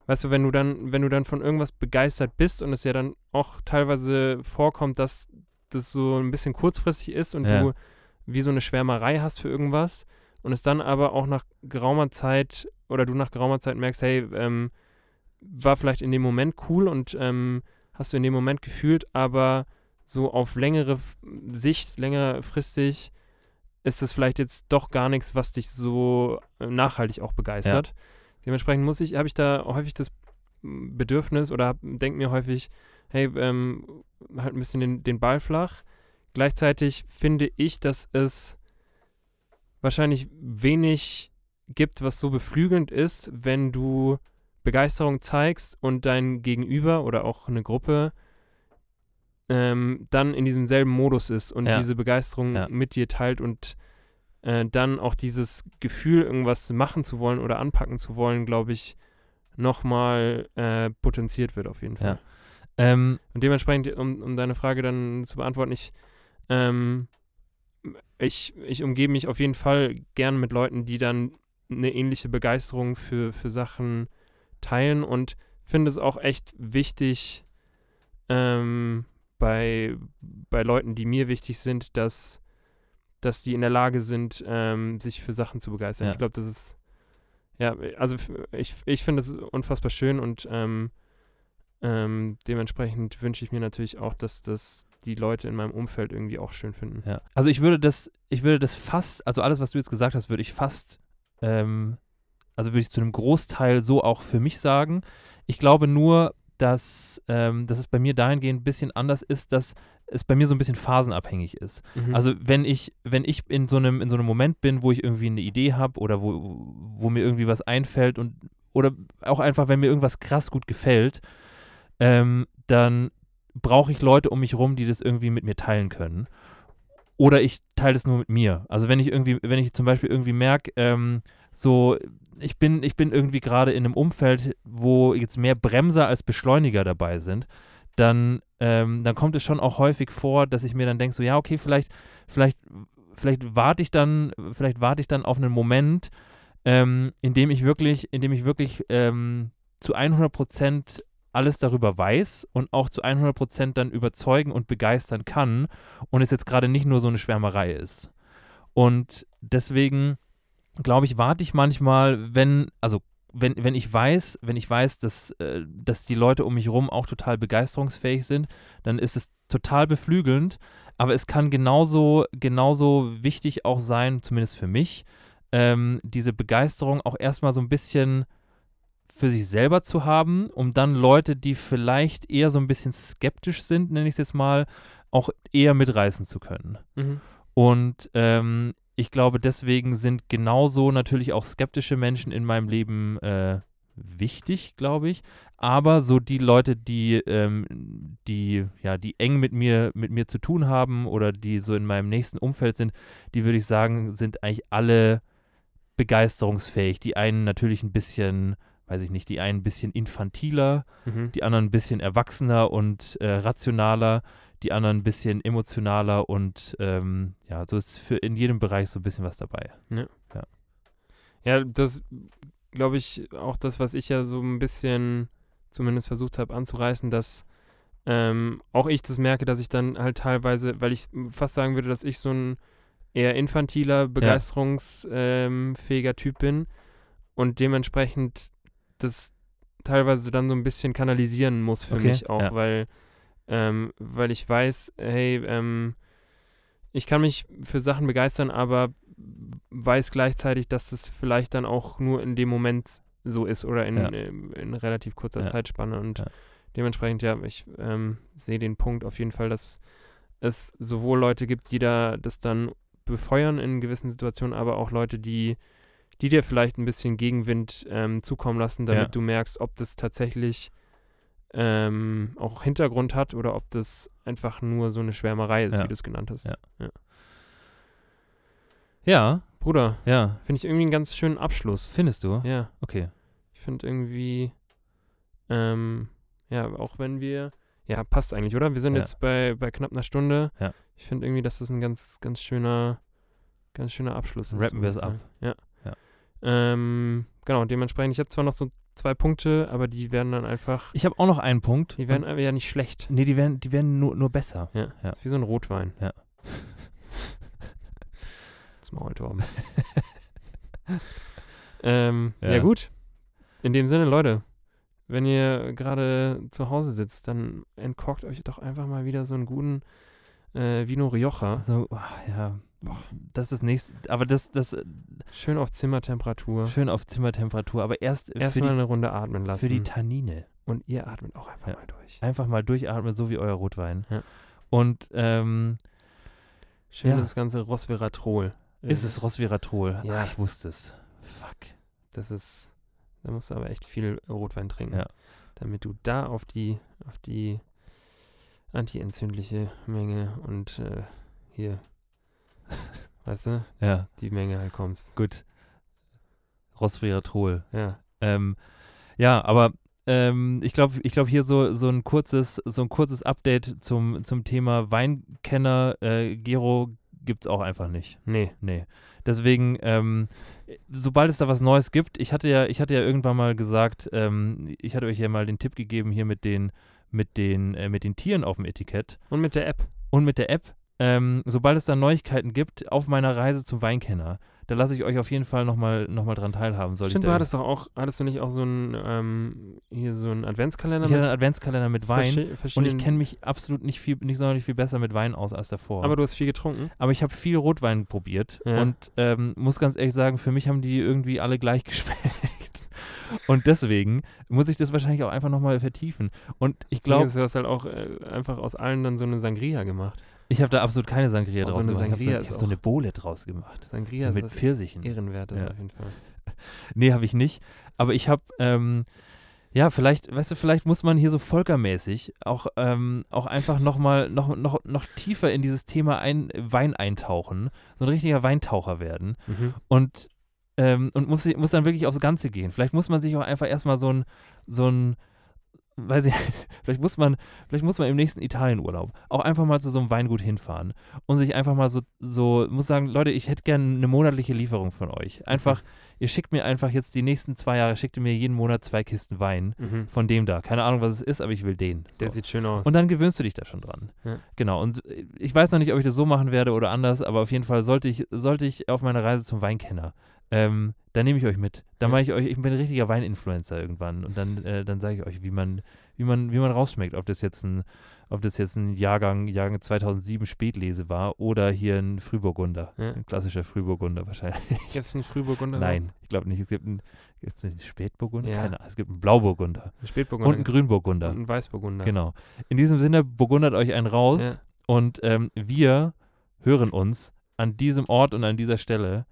weißt du, wenn du dann, wenn du dann von irgendwas begeistert bist und es ja dann auch teilweise vorkommt, dass das so ein bisschen kurzfristig ist und
Ja.
du wie so eine Schwärmerei hast für irgendwas und es dann aber auch nach geraumer Zeit oder du nach geraumer Zeit merkst, hey, ähm, war vielleicht in dem Moment cool und ähm, hast du in dem Moment gefühlt, aber so auf längere F- Sicht, längerfristig ist es vielleicht jetzt doch gar nichts, was dich so äh, nachhaltig auch begeistert. Dementsprechend muss ich, habe ich da häufig das m, Bedürfnis oder denke mir häufig, hey, ähm, halt ein bisschen den, den Ball flach. Gleichzeitig finde ich, dass es wahrscheinlich wenig gibt, was so beflügelnd ist, wenn du Begeisterung zeigst und dein Gegenüber oder auch eine Gruppe ähm, dann in diesem selben Modus ist und
Ja.
diese Begeisterung
Ja.
mit dir teilt und äh, dann auch dieses Gefühl, irgendwas machen zu wollen oder anpacken zu wollen, glaube ich, nochmal äh, potenziert wird auf jeden Fall.
Ja. Ähm,
Und dementsprechend, um, um deine Frage dann zu beantworten, ich, ähm, ich, ich umgebe mich auf jeden Fall gern mit Leuten, die dann eine ähnliche Begeisterung für, für Sachen teilen und finde es auch echt wichtig ähm, bei, bei Leuten, die mir wichtig sind, dass, dass die in der Lage sind, ähm, sich für Sachen zu begeistern.
Ja.
Ich glaube, das ist, ja, also f- ich, ich finde es unfassbar schön und ähm, ähm, dementsprechend wünsche ich mir natürlich auch, dass das die Leute in meinem Umfeld irgendwie auch schön finden.
ja. Also ich würde das, ich würde das fast, also alles, was du jetzt gesagt hast, würde ich fast, ähm, also würde ich zu einem Großteil so auch für mich sagen. Ich glaube nur, dass, ähm, dass es bei mir dahingehend ein bisschen anders ist, dass es bei mir so ein bisschen phasenabhängig ist.
Mhm.
Also wenn ich, wenn ich in so einem, in so einem Moment bin, wo ich irgendwie eine Idee habe oder wo, wo mir irgendwie was einfällt und oder auch einfach, wenn mir irgendwas krass gut gefällt, ähm, dann brauche ich Leute um mich rum, die das irgendwie mit mir teilen können. Oder ich teile es nur mit mir. Also wenn ich irgendwie, wenn ich zum Beispiel irgendwie merke, ähm, so, ich bin, ich bin irgendwie gerade in einem Umfeld, wo jetzt mehr Bremser als Beschleuniger dabei sind, dann, ähm, dann kommt es schon auch häufig vor, dass ich mir dann denke, so ja, okay, vielleicht, vielleicht, vielleicht warte ich dann, vielleicht warte ich dann auf einen Moment, ähm, in dem ich wirklich, in dem ich wirklich ähm, zu 100 Prozent alles darüber weiß und auch zu 100 Prozent dann überzeugen und begeistern kann und es jetzt gerade nicht nur so eine Schwärmerei ist. Und deswegen, glaube ich, warte ich manchmal, wenn, also wenn, wenn ich weiß, wenn ich weiß, dass, äh, dass die Leute um mich rum auch total begeisterungsfähig sind, dann ist es total beflügelnd, aber es kann genauso, genauso wichtig auch sein, zumindest für mich, ähm, diese Begeisterung auch erstmal so ein bisschen für sich selber zu haben, um dann Leute, die vielleicht eher so ein bisschen skeptisch sind, nenne ich es jetzt mal, auch eher mitreißen zu können.
Mhm.
Und ähm, ich glaube, deswegen sind genauso natürlich auch skeptische Menschen in meinem Leben äh, wichtig, glaube ich. Aber so die Leute, die, ähm, die, ja, die eng mit mir, mit mir zu tun haben oder die so in meinem nächsten Umfeld sind, die würde ich sagen, sind eigentlich alle begeisterungsfähig. Die einen natürlich ein bisschen, weiß ich nicht, die einen ein bisschen infantiler,
Mhm.
die anderen ein bisschen erwachsener und äh, rationaler, die anderen ein bisschen emotionaler und ähm, ja, so ist für in jedem Bereich so ein bisschen was dabei.
Ja, das glaube ich auch das, was ich ja so ein bisschen zumindest versucht habe anzureißen, dass ähm, auch ich das merke, dass ich dann halt teilweise, weil ich fast sagen würde, dass ich so ein eher infantiler, begeisterungsfähiger ähm, fähiger Typ bin und dementsprechend das teilweise dann so ein bisschen kanalisieren muss für
Okay,
mich auch,
ja.
weil, ähm, weil ich weiß, hey, ähm, ich kann mich für Sachen begeistern, aber weiß gleichzeitig, dass es vielleicht dann auch nur in dem Moment so ist oder in,
Ja.
in, in relativ kurzer
Ja.
Zeitspanne. Und
Ja.
dementsprechend, ja, ich ähm, sehe den Punkt auf jeden Fall, dass es sowohl Leute gibt, die da das dann befeuern in gewissen Situationen, aber auch Leute, die, die dir vielleicht ein bisschen Gegenwind ähm, zukommen lassen, damit
Ja.
du merkst, ob das tatsächlich ähm, auch Hintergrund hat oder ob das einfach nur so eine Schwärmerei ist,
Ja.
wie du es genannt hast.
Ja. Ja,
Bruder,
ja.
finde ich irgendwie einen ganz schönen Abschluss.
Findest du?
Ja,
Okay.
ich finde irgendwie, ähm, ja, auch wenn wir, ja, passt eigentlich, oder? Wir sind
Ja.
jetzt bei, bei knapp einer Stunde.
Ja.
Ich finde irgendwie, dass das ein ganz, ganz schöner, ganz schöner Abschluss ist.
Rappen
würd
wir's
ich
ab.
sagen. Ja.
Ja.
Ähm, genau, dementsprechend, ich habe zwar noch so zwei Punkte, aber die werden dann einfach,
Ich habe auch noch einen Punkt.
die werden aber ja nicht schlecht.
nee, die werden, die werden nur, nur besser.
Ja,
Ja.
ist wie so ein Rotwein.
Ja.
Das Maultorben. ähm, ja.
Ja.
gut. In dem Sinne, Leute, wenn ihr gerade zu Hause sitzt, dann entkorkt euch doch einfach mal wieder so einen guten äh, Vino Rioja.
So, ah, ja. Das ist nichts, aber das, das äh,
Schön auf Zimmertemperatur.
schön auf Zimmertemperatur, aber erst äh, für
Erstmal
die,
eine Runde atmen lassen.
für die Tannine.
Und ihr atmet auch einfach
Ja.
mal durch.
Einfach mal durchatmen, so wie euer Rotwein.
Ja.
Und ähm,
Schön
Ja.
das ganze Äh, Rosveratrol.
ist es Resveratrol?
Ja.
Ah, ich wusste es. Fuck.
Das ist, da musst du aber echt viel Rotwein trinken,
Ja.
damit du da auf die, auf die antientzündliche Menge und äh, hier, weißt du,
Ja,
die Menge halt kommst.
gut. Resveratrol.
Ja,
Ähm, ja, aber ähm, ich glaube, ich glaub hier so, so ein kurzes, so ein kurzes Update zum, zum Thema Weinkenner äh, Gero gibt es auch einfach nicht.
nee,
Nee. Deswegen, ähm, sobald es da was Neues gibt, ich hatte ja, ich hatte ja irgendwann mal gesagt, ähm, ich hatte euch ja mal den Tipp gegeben hier mit den, mit den, äh, mit den Tieren auf dem Etikett
und mit der App.
und mit der App. Ähm, sobald es da Neuigkeiten gibt, auf meiner Reise zum Weinkenner, da lasse ich euch auf jeden Fall nochmal noch mal dran teilhaben. Soll
Stimmt,
ich
du
da
hattest doch auch, hattest du nicht auch so einen, ähm, hier so einen Adventskalender
Ich hatte
mit
einen Adventskalender mit Wein
verschi-
und ich
verschiedenen-
kenne mich absolut nicht viel, nicht sonderlich viel besser mit Wein aus als davor.
Aber du hast viel getrunken.
Aber ich habe viel Rotwein probiert
Ja.
und ähm, muss ganz ehrlich sagen, für mich haben die irgendwie alle gleich geschmeckt. Und deswegen muss ich das wahrscheinlich auch einfach nochmal vertiefen. Und ich glaube,
du hast halt auch äh, einfach aus allen dann so eine Sangria gemacht.
ich habe da absolut keine Sangria
Oh, so
draus
eine
gemacht. Ich
Sangria
habe so, ich
ist
hab so
auch-
eine Bohle draus gemacht.
Sangria
mit
ist was
Pfirsichen.
Ehrenwertes
Ja.
auf jeden Fall.
Nee, habe ich nicht. Aber ich habe, ähm, ja, vielleicht, weißt du, vielleicht muss man hier so volkermäßig auch, ähm, auch einfach nochmal, noch, noch, noch tiefer in dieses Thema ein, Wein eintauchen, so ein richtiger Weintaucher werden und, ähm, und muss, muss dann wirklich aufs Ganze gehen. Vielleicht muss man sich auch einfach erstmal so ein, so ein, weiß ich, vielleicht muss man, vielleicht muss man im nächsten Italienurlaub auch einfach mal zu so einem Weingut hinfahren und sich einfach mal so, so muss sagen, Leute, ich hätte gerne eine monatliche Lieferung von euch. Einfach, ihr schickt mir einfach jetzt die nächsten zwei Jahre, schickt ihr mir jeden Monat zwei Kisten Wein
Mhm.
von dem da. Keine Ahnung, was es ist, aber ich will den. So.
Der sieht schön aus.
Und dann gewöhnst du dich da schon dran.
Ja.
Genau. Und äh, ich weiß noch nicht, ob ich das so machen werde oder anders, aber auf jeden Fall sollte ich, sollte ich auf meiner Reise zum Weinkenner, ähm, da nehme ich euch mit. Da
Ja.
mache ich euch, ich bin ein richtiger Weininfluencer irgendwann und dann, äh, dann sage ich euch, wie man, wie man, wie man rausschmeckt, ob das jetzt ein, ob das jetzt ein Jahrgang, Jahrgang 2007 Spätlese war oder hier ein Frühburgunder.
Ja.
Ein klassischer Frühburgunder wahrscheinlich.
Gibt es einen Frühburgunder?
Nein, ich glaube nicht. Es gibt einen, gibt's einen Spätburgunder?
Ja.
Keine Ahnung. Es gibt einen Blauburgunder
Einen Spätburgunder.
und einen Grünburgunder.
Und ein Weißburgunder.
Genau. In diesem Sinne, burgundert euch einen raus
Ja.
und ähm, wir hören uns an diesem Ort und an dieser Stelle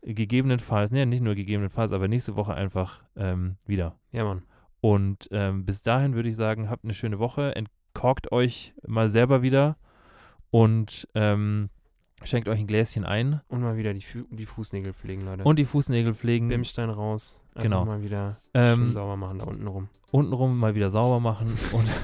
gegebenenfalls, ne, nicht nur gegebenenfalls, aber nächste Woche einfach ähm, wieder.
ja, Mann.
Und ähm, bis dahin würde ich sagen, habt eine schöne Woche, entkorkt euch mal selber wieder und ähm, schenkt euch ein Gläschen ein
Und mal wieder die, Fü die Fußnägel pflegen, Leute.
und die Fußnägel pflegen.
Bimstein raus. Einfach
Genau.
mal wieder schön
Ähm,
sauber machen da unten rum.
untenrum mal wieder sauber machen und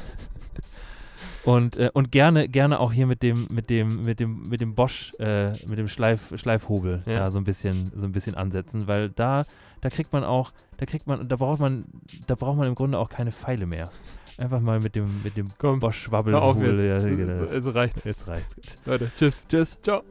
und, äh, und gerne gerne auch hier mit dem mit dem mit dem mit dem Bosch äh, mit dem Schleif Schleifhobel
Ja.
da so ein bisschen so ein bisschen ansetzen, weil da da kriegt man auch da kriegt man da braucht man da braucht man im Grunde auch keine Pfeile mehr. Einfach mal mit dem mit dem
Komm,
Bosch
hör auf
Schwabbelhobel.
jetzt. Also
Ja,
Es-
genau.
Es reicht.
Jetzt reicht's.
Leute, tschüss. Tschüss. Ciao.